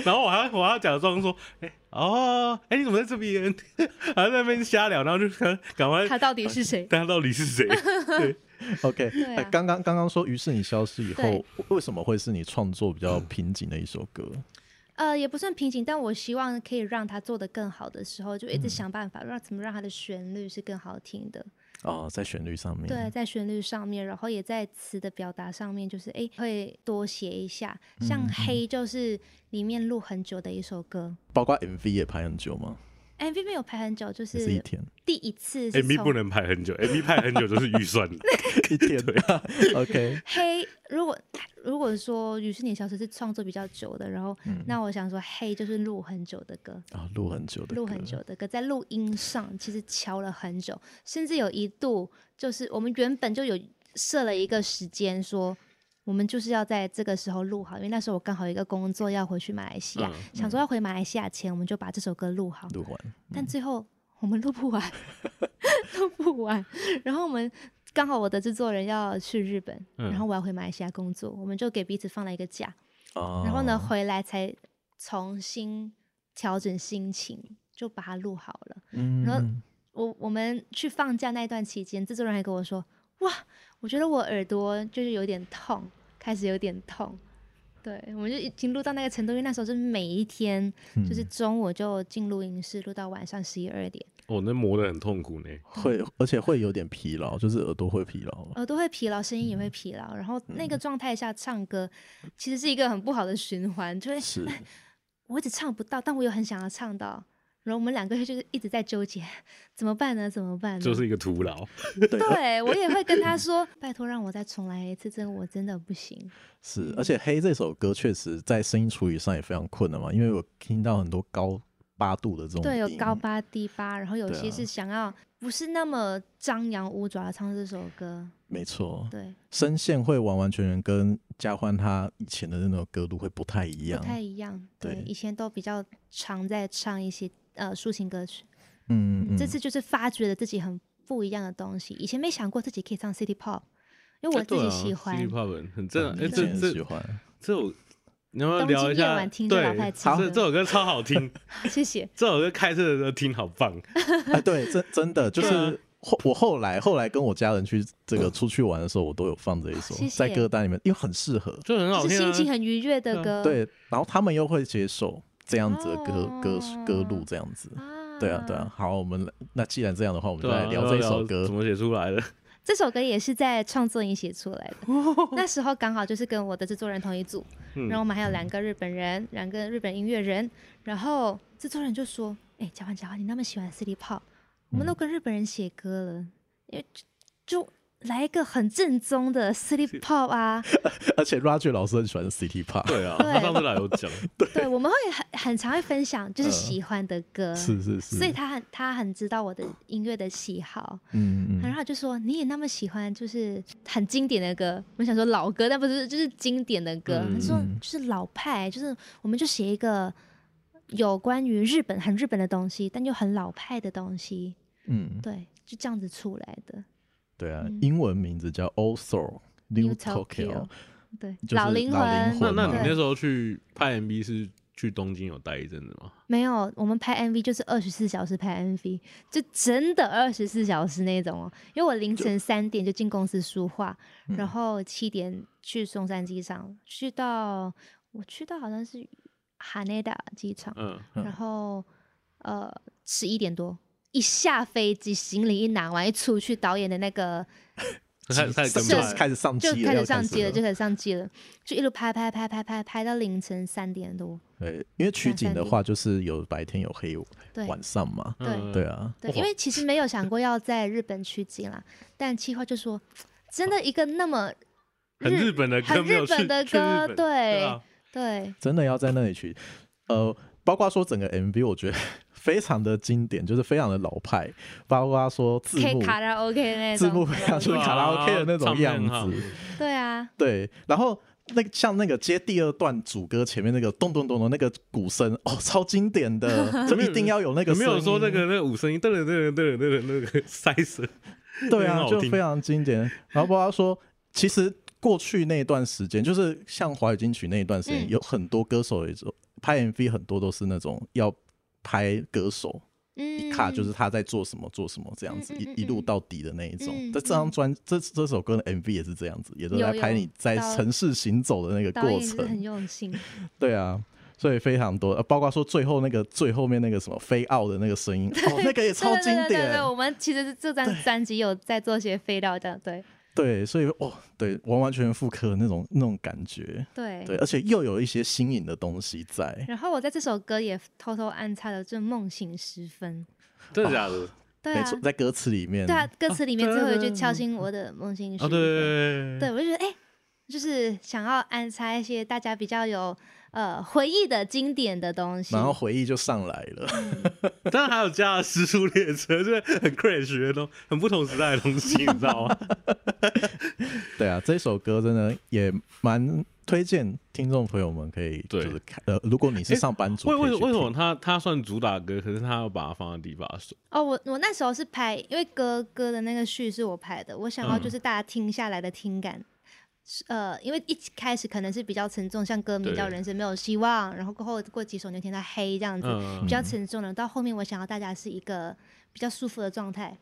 [SPEAKER 4] 然后我还我还要假装说，哎、哦，哎、你怎么在这边？ 还在那边瞎聊，然后就赶赶快
[SPEAKER 5] 他到底 是谁？
[SPEAKER 4] 但他到底是 谁？对，
[SPEAKER 3] OK，
[SPEAKER 5] 对
[SPEAKER 3] 哎
[SPEAKER 5] 啊
[SPEAKER 3] 刚刚刚刚说，于是你消失以后
[SPEAKER 5] 对，
[SPEAKER 3] 为什么会是你创作比较
[SPEAKER 4] 嗯
[SPEAKER 3] 瓶颈的一首歌？嗯
[SPEAKER 5] 呃，也不算瓶颈，但我希望可以让他做得更好的时候，就一直想办法让怎么让他的旋律是更好听的。
[SPEAKER 3] 哦，在旋律上面，
[SPEAKER 5] 对，，在旋律上面，然后也在词的表达上面，就是诶会多写一下。像《
[SPEAKER 3] 嗯
[SPEAKER 5] 黑》就是里面录很久的一首歌
[SPEAKER 3] 包括 MV 也拍很久吗？
[SPEAKER 5] ，MV 没有拍很久，就
[SPEAKER 3] 也是一
[SPEAKER 5] 是
[SPEAKER 3] 天，
[SPEAKER 5] 第一次是
[SPEAKER 4] MV
[SPEAKER 5] 从
[SPEAKER 4] 不能拍很 久，MV 拍很久就是预算。
[SPEAKER 3] 一 天啊，OK，
[SPEAKER 5] 黑，如果如果说《于是你消失》是创作比较久的，然后、那我想说黑就是录很久嗯的歌，
[SPEAKER 3] 啊，录很久的，
[SPEAKER 5] 录很，久的歌，在录音上其实敲了很久，甚至有一度就是我们原本就有设了一个时间说。我们就是要在这个时候录好，因为那时候我刚好有一个工作要回去马来西亚，想说要回马来西亚前，我们就把这首歌录好。
[SPEAKER 3] 录完，
[SPEAKER 5] 但最后我们录不完， 录不完。然后我们刚好我的制作人要去日本，
[SPEAKER 4] 嗯
[SPEAKER 5] 然后我要回马来西亚工作，我们就给彼此放了一个假。
[SPEAKER 3] 哦，
[SPEAKER 5] 然后呢，回来才重新调整心情，就把它录好了。
[SPEAKER 3] 嗯，
[SPEAKER 5] 然后我我们去放假那段期间，制作人还跟我说：“哇，我觉得我耳朵就是有点痛，开始有点痛。”对，我们就已经录到那个程度，因为那时候就是每一天，就是中午就进录音室，录到晚上十一二点，
[SPEAKER 4] 哦，那磨得很痛苦呢。
[SPEAKER 3] 会，而且会有点疲劳，就是耳朵会疲劳，
[SPEAKER 5] 耳呃朵会疲劳，声音也会疲劳。然后那个状态下唱歌，其实是一个很不好的循环，就 会
[SPEAKER 3] 是，
[SPEAKER 5] 我一直唱不到，但我又很想要唱到。然后我们两个就是一直在纠结，怎么办呢？怎么办呢？
[SPEAKER 4] 就是一个徒劳，
[SPEAKER 5] 对我也会跟他说，拜托让我再重来一次，这个我真的不行。嗯
[SPEAKER 3] 是，而且《黑》这首歌确实在声音处理上也非常困难嘛，因为我听到很多高八度的这种音，
[SPEAKER 5] 对，有高八低八，然后有
[SPEAKER 3] 对
[SPEAKER 5] 些
[SPEAKER 3] 啊
[SPEAKER 5] 是想要不是那么张扬舞爪地唱这首歌，
[SPEAKER 3] 没错，
[SPEAKER 5] 对，
[SPEAKER 3] 声线会完完全全跟嘉欢他以前的那种歌路会不太一
[SPEAKER 5] 不
[SPEAKER 3] 样，
[SPEAKER 5] 太一样。对，
[SPEAKER 3] 对
[SPEAKER 5] 以前都比较常在唱一些呃抒情歌曲，
[SPEAKER 3] 嗯嗯，
[SPEAKER 5] 这次就是发掘了自己很不一样的东西，以前没想过自己可以唱 City Pop，因为我自己喜欢。
[SPEAKER 4] 哎啊 City Pop 很正常。哎，
[SPEAKER 3] 以
[SPEAKER 4] 这
[SPEAKER 3] 前很啊喜
[SPEAKER 4] 这
[SPEAKER 3] 欢，
[SPEAKER 4] 这首，你要不要
[SPEAKER 5] 东
[SPEAKER 4] 聊一
[SPEAKER 5] 京夜
[SPEAKER 4] 下？
[SPEAKER 5] 晚听
[SPEAKER 4] 对，
[SPEAKER 5] 这老派情
[SPEAKER 4] 这
[SPEAKER 5] 歌
[SPEAKER 4] 这首歌超好听，
[SPEAKER 5] 谢谢。
[SPEAKER 4] 这首歌开车的时候听好棒。
[SPEAKER 3] 哎，对，真真的就
[SPEAKER 4] 对啊
[SPEAKER 3] 是后我后来后来跟我家人去这个出去玩的时候，我都有放这一首
[SPEAKER 5] 啊谢谢
[SPEAKER 3] 在歌单里面，因为很适合，
[SPEAKER 4] 就很好
[SPEAKER 5] 就是
[SPEAKER 4] 听、啊，
[SPEAKER 5] 心情很愉悦的歌。
[SPEAKER 3] 对，然后他们又会接受这样子的歌歌歌路
[SPEAKER 5] 哦
[SPEAKER 3] 这样子。
[SPEAKER 5] 啊
[SPEAKER 3] 对啊，对啊，。好，我们来那既然这样的话，我们就
[SPEAKER 4] 对啊
[SPEAKER 3] 来聊这一首歌
[SPEAKER 4] 怎。么写出来的？
[SPEAKER 5] 这首歌也是在创作营写出来的，那时候刚好就是跟我的制作人同一组，
[SPEAKER 4] 嗯
[SPEAKER 5] 然后我们还有两个日本人，两个日本音乐人，然后制作人就说：“哎、嘉欢嘉欢，你那么喜欢 City Pop，我们都跟日本人写歌了，因为就就来一个很正宗的 City Pop 啊，
[SPEAKER 3] 而且 Roger 老师很喜欢 City Pop，
[SPEAKER 4] 对啊，
[SPEAKER 5] 对
[SPEAKER 4] 他上次来有讲，
[SPEAKER 5] 对，我们会很很常会分享就是喜欢的歌，
[SPEAKER 3] 嗯是是是，
[SPEAKER 5] 所以他很他很知道我的音乐的喜好，
[SPEAKER 3] 嗯嗯
[SPEAKER 5] 然后他就说你也那么喜欢，就是很经典的歌。我想说老歌，但不是就是经典的歌。
[SPEAKER 4] 嗯
[SPEAKER 5] 他说就是老派，就是我们就写一个有关于日本很日本的东西，但又很老派的东西。
[SPEAKER 3] 嗯，
[SPEAKER 5] 对，就这样子出来的。
[SPEAKER 3] 对啊，英文名字叫 Also New
[SPEAKER 5] 嗯 New
[SPEAKER 3] Tokyo，
[SPEAKER 5] Tokyo 对，
[SPEAKER 3] 就是
[SPEAKER 5] 老灵
[SPEAKER 3] 老灵
[SPEAKER 5] 魂
[SPEAKER 3] 魂
[SPEAKER 4] 那那你
[SPEAKER 3] 嘛
[SPEAKER 4] 那时候去拍 MV 是去东京有待一阵子吗？
[SPEAKER 5] 没有，我们拍 MV 就是二十四小时拍 MV，就真的二十四小时那种哦。因为我凌晨三点就进公司书画，
[SPEAKER 3] 嗯
[SPEAKER 5] 然后七点去松山机场，去到我去到好像是哈内达机场，
[SPEAKER 4] 嗯，
[SPEAKER 3] 嗯
[SPEAKER 5] 然后呃十一点多一下飞机，行李一拿完一出去，导演的那个
[SPEAKER 4] 开开始跟
[SPEAKER 5] 就
[SPEAKER 3] 开
[SPEAKER 5] 是
[SPEAKER 3] 始
[SPEAKER 4] 拍，
[SPEAKER 3] 开始上机
[SPEAKER 5] 就
[SPEAKER 3] 了，
[SPEAKER 5] 开
[SPEAKER 3] 要
[SPEAKER 5] 始上机了，就
[SPEAKER 3] 了
[SPEAKER 5] 开始上机了，就一路拍拍拍拍拍拍到凌晨三点多，
[SPEAKER 3] 对，因为取景的
[SPEAKER 5] 两三
[SPEAKER 3] 话就是有白天有黑
[SPEAKER 5] 对
[SPEAKER 3] 晚上嘛，
[SPEAKER 5] 对
[SPEAKER 4] 嗯
[SPEAKER 3] 对啊，
[SPEAKER 5] 对，因为其实没有想过要在日本取景啦，但企划就说，真的一个那么
[SPEAKER 4] 很日本的歌，
[SPEAKER 5] 很
[SPEAKER 4] 没有
[SPEAKER 5] 日
[SPEAKER 4] 去
[SPEAKER 5] 本的
[SPEAKER 4] 去日
[SPEAKER 5] 歌，
[SPEAKER 4] 本
[SPEAKER 5] 对、
[SPEAKER 4] 啊，
[SPEAKER 5] 对，
[SPEAKER 3] 真的要在那里取，
[SPEAKER 4] 嗯
[SPEAKER 3] 呃，包括说整个 MV，我觉得 非常的经典，就是非常的老派，包括说字
[SPEAKER 5] 可以
[SPEAKER 3] 幕。
[SPEAKER 5] 卡拉 OK 那
[SPEAKER 3] 字
[SPEAKER 5] 种，
[SPEAKER 3] 幕非常就是卡拉 OK 的那种
[SPEAKER 4] 啊唱片
[SPEAKER 3] 样
[SPEAKER 4] 行
[SPEAKER 3] 子，
[SPEAKER 5] 对啊，
[SPEAKER 3] 对，然后那个像那个接第二段主歌前面那个咚咚咚咚那个鼓声，哦，超经典的， 这一定要有那个
[SPEAKER 4] 有没有
[SPEAKER 3] 声
[SPEAKER 4] 说那
[SPEAKER 3] 音
[SPEAKER 4] 个那个五声音噔噔噔噔噔噔噔那个塞声？
[SPEAKER 3] 对
[SPEAKER 4] 很
[SPEAKER 3] 啊，
[SPEAKER 4] 好
[SPEAKER 3] 就
[SPEAKER 4] 听
[SPEAKER 3] 非常经典。然后包括说，其实过去那一段时间，就是像华语金曲那一段时间，
[SPEAKER 2] 嗯
[SPEAKER 3] 有很多歌手也做拍 MV，很多都是那种要拍歌手
[SPEAKER 2] 嗯
[SPEAKER 3] 一卡，就是他在做什么做什么这样子，
[SPEAKER 2] 嗯嗯嗯
[SPEAKER 3] 一一路到底的那一种
[SPEAKER 2] 嗯。
[SPEAKER 3] 这这张专这这首歌的 MV 也是这样子，也都在
[SPEAKER 5] 有有
[SPEAKER 3] 拍你在
[SPEAKER 5] 导
[SPEAKER 3] 城市行走的那个
[SPEAKER 5] 导
[SPEAKER 3] 过
[SPEAKER 5] 演是很
[SPEAKER 3] 程。
[SPEAKER 5] 用心，
[SPEAKER 3] 对啊。所以非常多，呃包括说最后那个最后面那个什么飞奥的那个声音， 哦，那个也超经
[SPEAKER 5] 对对对对
[SPEAKER 3] 典
[SPEAKER 5] 对，。我们其实这张专辑有在做一些废料的，对
[SPEAKER 3] 对，所以哦，对，完完全全复刻的那种那种感觉，
[SPEAKER 5] 对
[SPEAKER 3] 对，而且又有一些新颖的东西在。
[SPEAKER 5] 然后我在这首歌也偷偷暗插了，就是梦醒时分，
[SPEAKER 4] 真的假的？
[SPEAKER 5] 对
[SPEAKER 3] 没
[SPEAKER 5] 啊
[SPEAKER 3] 错，，在歌词里面，
[SPEAKER 5] 对啊，歌词里面
[SPEAKER 4] 对
[SPEAKER 5] 最后一句
[SPEAKER 4] 对
[SPEAKER 5] 敲醒我的梦醒时
[SPEAKER 4] 哦，
[SPEAKER 5] 分，
[SPEAKER 4] 对
[SPEAKER 3] 嗯
[SPEAKER 4] 对对
[SPEAKER 5] 对，我就觉得哎、就是想要安插一些大家比较有呃回忆的经典的东西。
[SPEAKER 3] 然后回忆就上来了。
[SPEAKER 4] 对，当然还有加了《时速列车》，就是很 crash 的东，很不同时代的东西，你 知道吗？
[SPEAKER 3] 对啊，这首歌真的也蛮推荐听众朋友们可以就
[SPEAKER 4] 对
[SPEAKER 3] 是看，呃，如果你是
[SPEAKER 4] 诶
[SPEAKER 3] 上班族，
[SPEAKER 4] 为为
[SPEAKER 3] 可以去
[SPEAKER 4] 为什么
[SPEAKER 3] 听？
[SPEAKER 4] 他他算主打歌，可是他要把它放在第八首？
[SPEAKER 5] 哦，我我那时候是拍，因为歌歌的那个序是我拍的，我想
[SPEAKER 3] 嗯
[SPEAKER 5] 要就是大家听下来的听感。是呃，因为一开始可能是比较沉重，像歌名
[SPEAKER 4] 对
[SPEAKER 5] 叫《人生没有希望》，然后过后过几首你就听到黑这样子，
[SPEAKER 4] 嗯
[SPEAKER 5] 比较沉重的。到后面我想要大家是一个比较舒服的状态，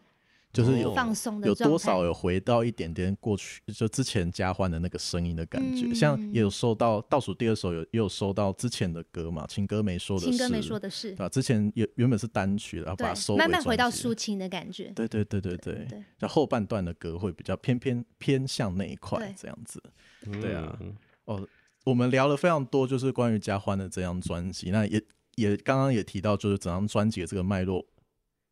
[SPEAKER 3] 就是有
[SPEAKER 4] 哦
[SPEAKER 5] 放松的
[SPEAKER 3] 有
[SPEAKER 5] 状态。
[SPEAKER 3] 多少有回到一点点过去，就之前嘉欢的那个声音的感觉，
[SPEAKER 5] 嗯
[SPEAKER 3] 像也有收到倒数第二首有也有收到之前的歌嘛，情歌没说的
[SPEAKER 5] 情歌没
[SPEAKER 3] 事
[SPEAKER 5] 说的事
[SPEAKER 3] 对，吧、之前原原本是单曲，然后把它收
[SPEAKER 5] 对，
[SPEAKER 3] 为
[SPEAKER 5] 慢慢回到
[SPEAKER 3] 专辑
[SPEAKER 5] 抒情的感觉。
[SPEAKER 3] 对对对对对
[SPEAKER 5] 对，
[SPEAKER 3] 然后后半段的歌会比较偏偏偏向那一块
[SPEAKER 5] 对
[SPEAKER 3] 这样子。对啊
[SPEAKER 4] 嗯，
[SPEAKER 3] 哦，我们聊了非常多，就是关于嘉欢的这张专辑。那也也刚刚也提到，就是整张专辑的这个脉络，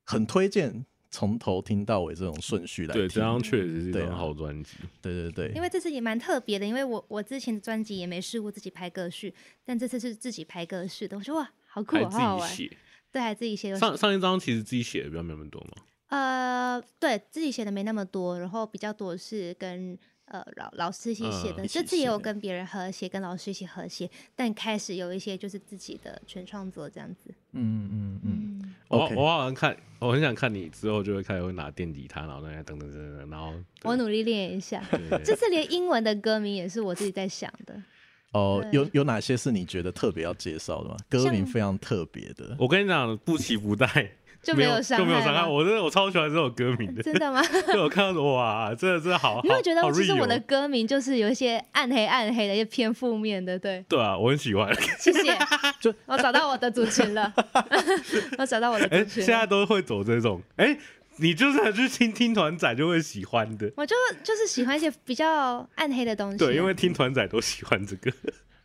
[SPEAKER 3] 很推荐从头听到尾这种顺序来听。
[SPEAKER 4] 对，这张确实是一
[SPEAKER 3] 对啊
[SPEAKER 4] 张好专辑。
[SPEAKER 3] 对对对，
[SPEAKER 5] 因为这次也蛮特别的，因为我我之前的专辑也没试过自己拍歌序，但这次是自己拍歌序的，我说哇，好酷
[SPEAKER 4] 还，
[SPEAKER 5] 好好玩
[SPEAKER 4] 自，己
[SPEAKER 5] 对，还自己写
[SPEAKER 4] 写。
[SPEAKER 5] 有
[SPEAKER 4] 上上一张其实自己写的比较没那么多嘛。
[SPEAKER 5] 呃，对自己写的没那么多，然后比较多是跟呃老老师一起写的，
[SPEAKER 3] 嗯一起
[SPEAKER 5] 这次也有
[SPEAKER 3] 写
[SPEAKER 5] 跟别人合写，跟老师一起合写，但开始有一些就是自己的全创作这样子，
[SPEAKER 3] 嗯嗯嗯，
[SPEAKER 5] 嗯，
[SPEAKER 4] 我
[SPEAKER 3] OK
[SPEAKER 4] 我好像看，我很想看你之后就会开始会拿电吉他，然后在那等等等等，然后
[SPEAKER 5] 我努力练一下。
[SPEAKER 4] 对对对
[SPEAKER 5] 这次连英文的歌名也是我自己在想的，
[SPEAKER 3] 哦，
[SPEAKER 5] 对
[SPEAKER 3] 有有哪些是你觉得特别要介绍的吗？歌名非常特别的，
[SPEAKER 4] 我跟你讲，不期不待，
[SPEAKER 5] 就
[SPEAKER 4] 没
[SPEAKER 5] 没有伤
[SPEAKER 4] 就没有
[SPEAKER 5] 害
[SPEAKER 4] 伤害。
[SPEAKER 5] 吗
[SPEAKER 4] 我真的我超喜欢这首歌名的，
[SPEAKER 5] 真的吗？
[SPEAKER 4] 对我看到说哇，真的真的 好，
[SPEAKER 5] 你会
[SPEAKER 4] 好
[SPEAKER 5] 觉得
[SPEAKER 4] 好
[SPEAKER 5] 其实
[SPEAKER 4] real 哦
[SPEAKER 5] 我的歌名就是有一些暗黑暗黑的，也偏负面 的，对。
[SPEAKER 4] 对啊，我很 喜欢。
[SPEAKER 5] 谢谢
[SPEAKER 3] 就，
[SPEAKER 5] 我找到我的族群了， 我找到我的
[SPEAKER 4] 哎、
[SPEAKER 5] 族群
[SPEAKER 4] 现
[SPEAKER 5] 了。
[SPEAKER 4] 在都会走这种，哎、你就是去听听团仔就会喜欢的，
[SPEAKER 5] 我就就是喜欢一些比较暗黑的东西，啊
[SPEAKER 4] 对，因为听团仔都喜欢这个，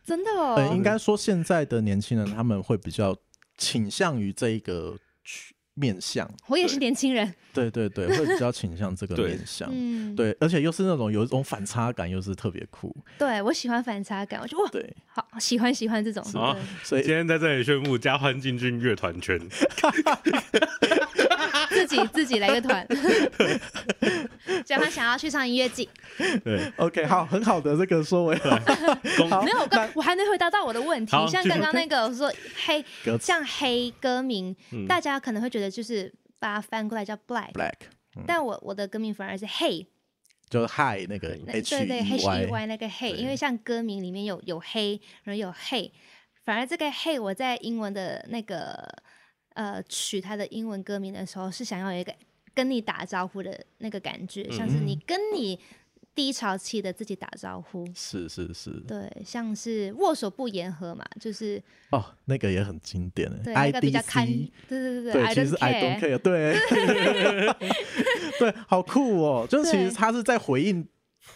[SPEAKER 5] 真的
[SPEAKER 3] 呃，应
[SPEAKER 5] 哦，
[SPEAKER 3] 该说现在的年轻人他们会比较倾向于这一个区面向。
[SPEAKER 5] 我也是年轻人，
[SPEAKER 3] 对对对，会比较倾向这个
[SPEAKER 4] 对
[SPEAKER 3] 面向。
[SPEAKER 5] 嗯，
[SPEAKER 3] 对，而且又是那种有一种反差感，又是特别酷。
[SPEAKER 5] 对，我喜欢反差感，我就哇，
[SPEAKER 3] 对，
[SPEAKER 5] 好喜欢喜欢这种，
[SPEAKER 4] 啊
[SPEAKER 5] 对
[SPEAKER 3] 所
[SPEAKER 4] 今
[SPEAKER 3] 以
[SPEAKER 4] 天在这里宣布加欢进军乐团圈，
[SPEAKER 5] 自己自己来 个团， 小潘想要去上音乐季，
[SPEAKER 4] 对，
[SPEAKER 3] OK 好，很好的这个收尾了。
[SPEAKER 4] 公
[SPEAKER 3] 好
[SPEAKER 5] 没有，我刚我还没回答到我的问题
[SPEAKER 4] 好，
[SPEAKER 5] 像
[SPEAKER 4] 继续
[SPEAKER 5] 刚刚那个我说黑
[SPEAKER 3] 歌，词
[SPEAKER 5] 像黑歌名，
[SPEAKER 4] 嗯
[SPEAKER 5] 大家可能会觉得就是把它翻过来叫 black，
[SPEAKER 3] Black
[SPEAKER 5] 但我我的歌名反而是 Hey，
[SPEAKER 3] 就是 Hi 那个
[SPEAKER 5] 那
[SPEAKER 3] H
[SPEAKER 5] 对对
[SPEAKER 3] E
[SPEAKER 5] H E
[SPEAKER 3] Y，
[SPEAKER 5] Y 那个 Hey，
[SPEAKER 3] 对
[SPEAKER 5] 因为像歌名里面有有黑，然后有 Hey，反而这个 Hey 我在英文的那个呃取它的英文歌名的时候，是想要有一个跟你打招呼的那个感觉，像
[SPEAKER 4] 嗯
[SPEAKER 5] 是你跟你低潮期的自己打招呼。
[SPEAKER 3] 是是是，
[SPEAKER 5] 对，像是握手不言和嘛，就是
[SPEAKER 3] 哦，那个也很经典的
[SPEAKER 5] 对那
[SPEAKER 3] I
[SPEAKER 5] 个比
[SPEAKER 3] D
[SPEAKER 5] 较堪，
[SPEAKER 3] C
[SPEAKER 5] 对。对对
[SPEAKER 3] 对，
[SPEAKER 5] ，I
[SPEAKER 3] 其
[SPEAKER 5] don't
[SPEAKER 3] 实 I don't
[SPEAKER 5] care，
[SPEAKER 3] care，对， 对，好酷哦！就是其实
[SPEAKER 5] 对
[SPEAKER 3] 他是在回应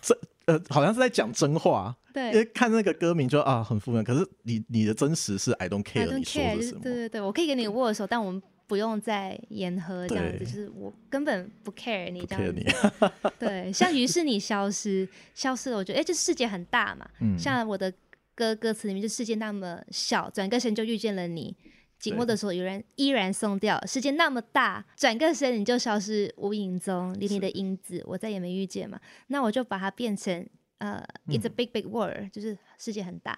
[SPEAKER 3] 这呃，好像是在讲真话，因为
[SPEAKER 5] 对
[SPEAKER 3] 看那个歌名就啊很负面，可是你你的真实是 I don't
[SPEAKER 5] ，I
[SPEAKER 3] care，
[SPEAKER 5] don't
[SPEAKER 3] 你说
[SPEAKER 5] care，
[SPEAKER 3] 的
[SPEAKER 5] 就是是
[SPEAKER 3] 什
[SPEAKER 5] 对
[SPEAKER 3] 么？
[SPEAKER 5] 对对，我可以跟你握手，但我们不用再言和这样
[SPEAKER 3] 对
[SPEAKER 5] 子，就是我根本不 care 你
[SPEAKER 3] 不
[SPEAKER 5] 这
[SPEAKER 3] care
[SPEAKER 5] 样
[SPEAKER 3] 你
[SPEAKER 5] 子。，对，像于是你消失，消失了，我觉得哎、这世界很大嘛。
[SPEAKER 3] 嗯
[SPEAKER 5] 像我的歌歌词里面，就世界那么小，转个身就遇见了你。紧握
[SPEAKER 3] 对
[SPEAKER 5] 的手，有人依然松掉。世界那么大，转个身你就消失无影踪，连你的影子我再也没遇见嘛。那我就把它变成呃、i
[SPEAKER 3] 嗯
[SPEAKER 5] t s a big big world，就是世界很大。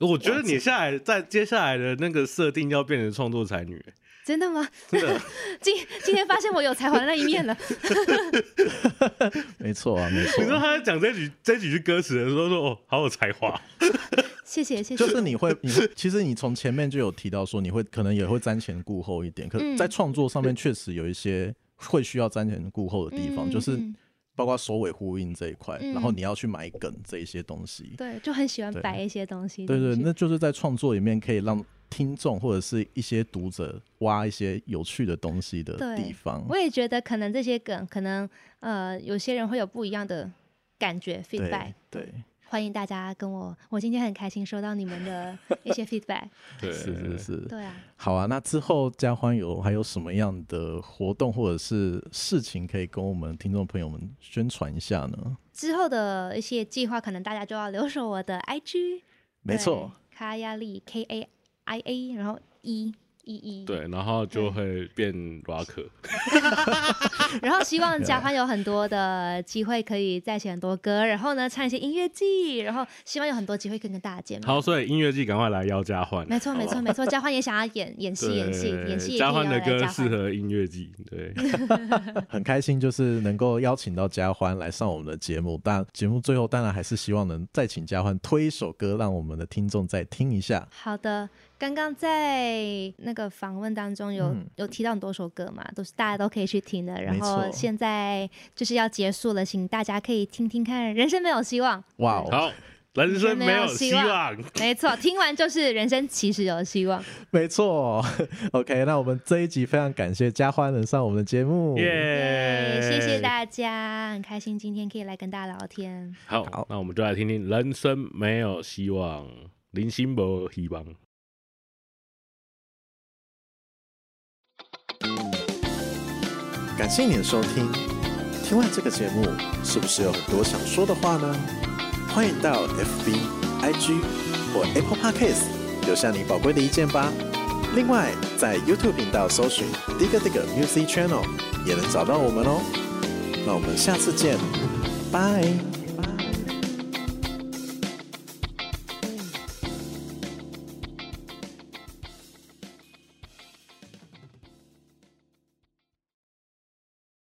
[SPEAKER 4] 我觉得你下来在接下来的那个设定要变成创作才女，
[SPEAKER 5] 真的吗？
[SPEAKER 4] 真的
[SPEAKER 5] 今今天发现我有才华的那一面了。
[SPEAKER 3] 没错啊，没错
[SPEAKER 4] 你说，他在讲这几这几句歌词的时候说哦，好有才华，
[SPEAKER 5] 谢谢谢谢。
[SPEAKER 3] 就是你会，你会，其实你从前面就有提到说，你会可能也会瞻前顾后一点，可
[SPEAKER 5] 嗯
[SPEAKER 3] 在创作上面确实有一些会需要瞻前顾后的地方，
[SPEAKER 5] 嗯
[SPEAKER 3] 就是
[SPEAKER 5] 嗯
[SPEAKER 3] 包括首尾呼应这一块，然后
[SPEAKER 5] 嗯
[SPEAKER 3] 你要去埋梗这一些东西。
[SPEAKER 5] 对，就很喜欢
[SPEAKER 3] 对
[SPEAKER 5] 摆一些东西进
[SPEAKER 3] 对对，
[SPEAKER 5] 去。
[SPEAKER 3] 那就是在创作里面可以让听众或者是一些读者挖一些有趣的东西的
[SPEAKER 5] 对
[SPEAKER 3] 地
[SPEAKER 4] 嗯
[SPEAKER 3] 方。
[SPEAKER 5] 我也觉得可能这些梗，可能呃有些人会有不一样的感觉 feedback。
[SPEAKER 3] 对，
[SPEAKER 5] 欢迎大家跟我，我今天很开心收到你 们的一些 feedback。
[SPEAKER 4] 对
[SPEAKER 3] 是是是。
[SPEAKER 5] 对啊，
[SPEAKER 3] 好啊，那之后嘉欢有还有什么样的活动或者是事情可以跟我们听众朋友们宣传一下呢？
[SPEAKER 5] 之后的一些计划，可能大家就要留守我的 IG。
[SPEAKER 3] 没错，
[SPEAKER 5] 卡亚利 K A I A，然后 E。E E，
[SPEAKER 4] 对，然后就会变 rock，
[SPEAKER 5] 然后希望 嘉欢有很多的机会可以再写很多歌，然后呢唱一些音乐季，然后希望有很多机会可以跟大家见面。
[SPEAKER 4] 好，所以音乐季赶快来邀嘉欢，
[SPEAKER 5] 没错，没错，没错。嘉欢也想要演演戏，
[SPEAKER 4] 对，
[SPEAKER 5] 演戏，演戏也可以
[SPEAKER 4] 嘉
[SPEAKER 5] 邀
[SPEAKER 4] 欢的
[SPEAKER 5] 来
[SPEAKER 4] 歌
[SPEAKER 5] 嘉
[SPEAKER 4] 适
[SPEAKER 5] 欢。
[SPEAKER 4] 合音乐季，对，
[SPEAKER 3] 很开心就是能够邀请到嘉欢来上我们的节目，但节目最后当然还是希望能再请嘉欢推一首歌，让我们的听众再听一下。
[SPEAKER 5] 好的，刚刚在那个访问当中有、
[SPEAKER 3] 嗯
[SPEAKER 5] 有提到很多首歌嘛，都是大家都可以去听的。然
[SPEAKER 3] 没
[SPEAKER 5] 后
[SPEAKER 3] 错
[SPEAKER 5] 现在就是要结束了，请大家可以听听看《人生没有希望》。
[SPEAKER 3] 哇、哦，
[SPEAKER 4] 好，人生没有希
[SPEAKER 5] 人生没
[SPEAKER 4] 望，
[SPEAKER 5] 没错，听完就是人生其实有 希望。
[SPEAKER 3] 没错 ，OK，那我们这一集非常感谢嘉欢能上我们的节目。
[SPEAKER 4] 耶
[SPEAKER 5] 耶，谢谢大家，很开心今天可以来跟大家聊天。
[SPEAKER 4] 好
[SPEAKER 3] 好，
[SPEAKER 4] 那我们就来听听《人生没有希望》，林心博希望。
[SPEAKER 1] 感谢你的收听。听完这个节目，是不是有很多想说的话呢？欢迎到 FB、IG 或 Apple Podcast 留下你宝贵的意见吧。另外，在 YouTube 频道搜寻 “Dig Dig Music Channel” 也能找到我们哦。那我们下次见，拜。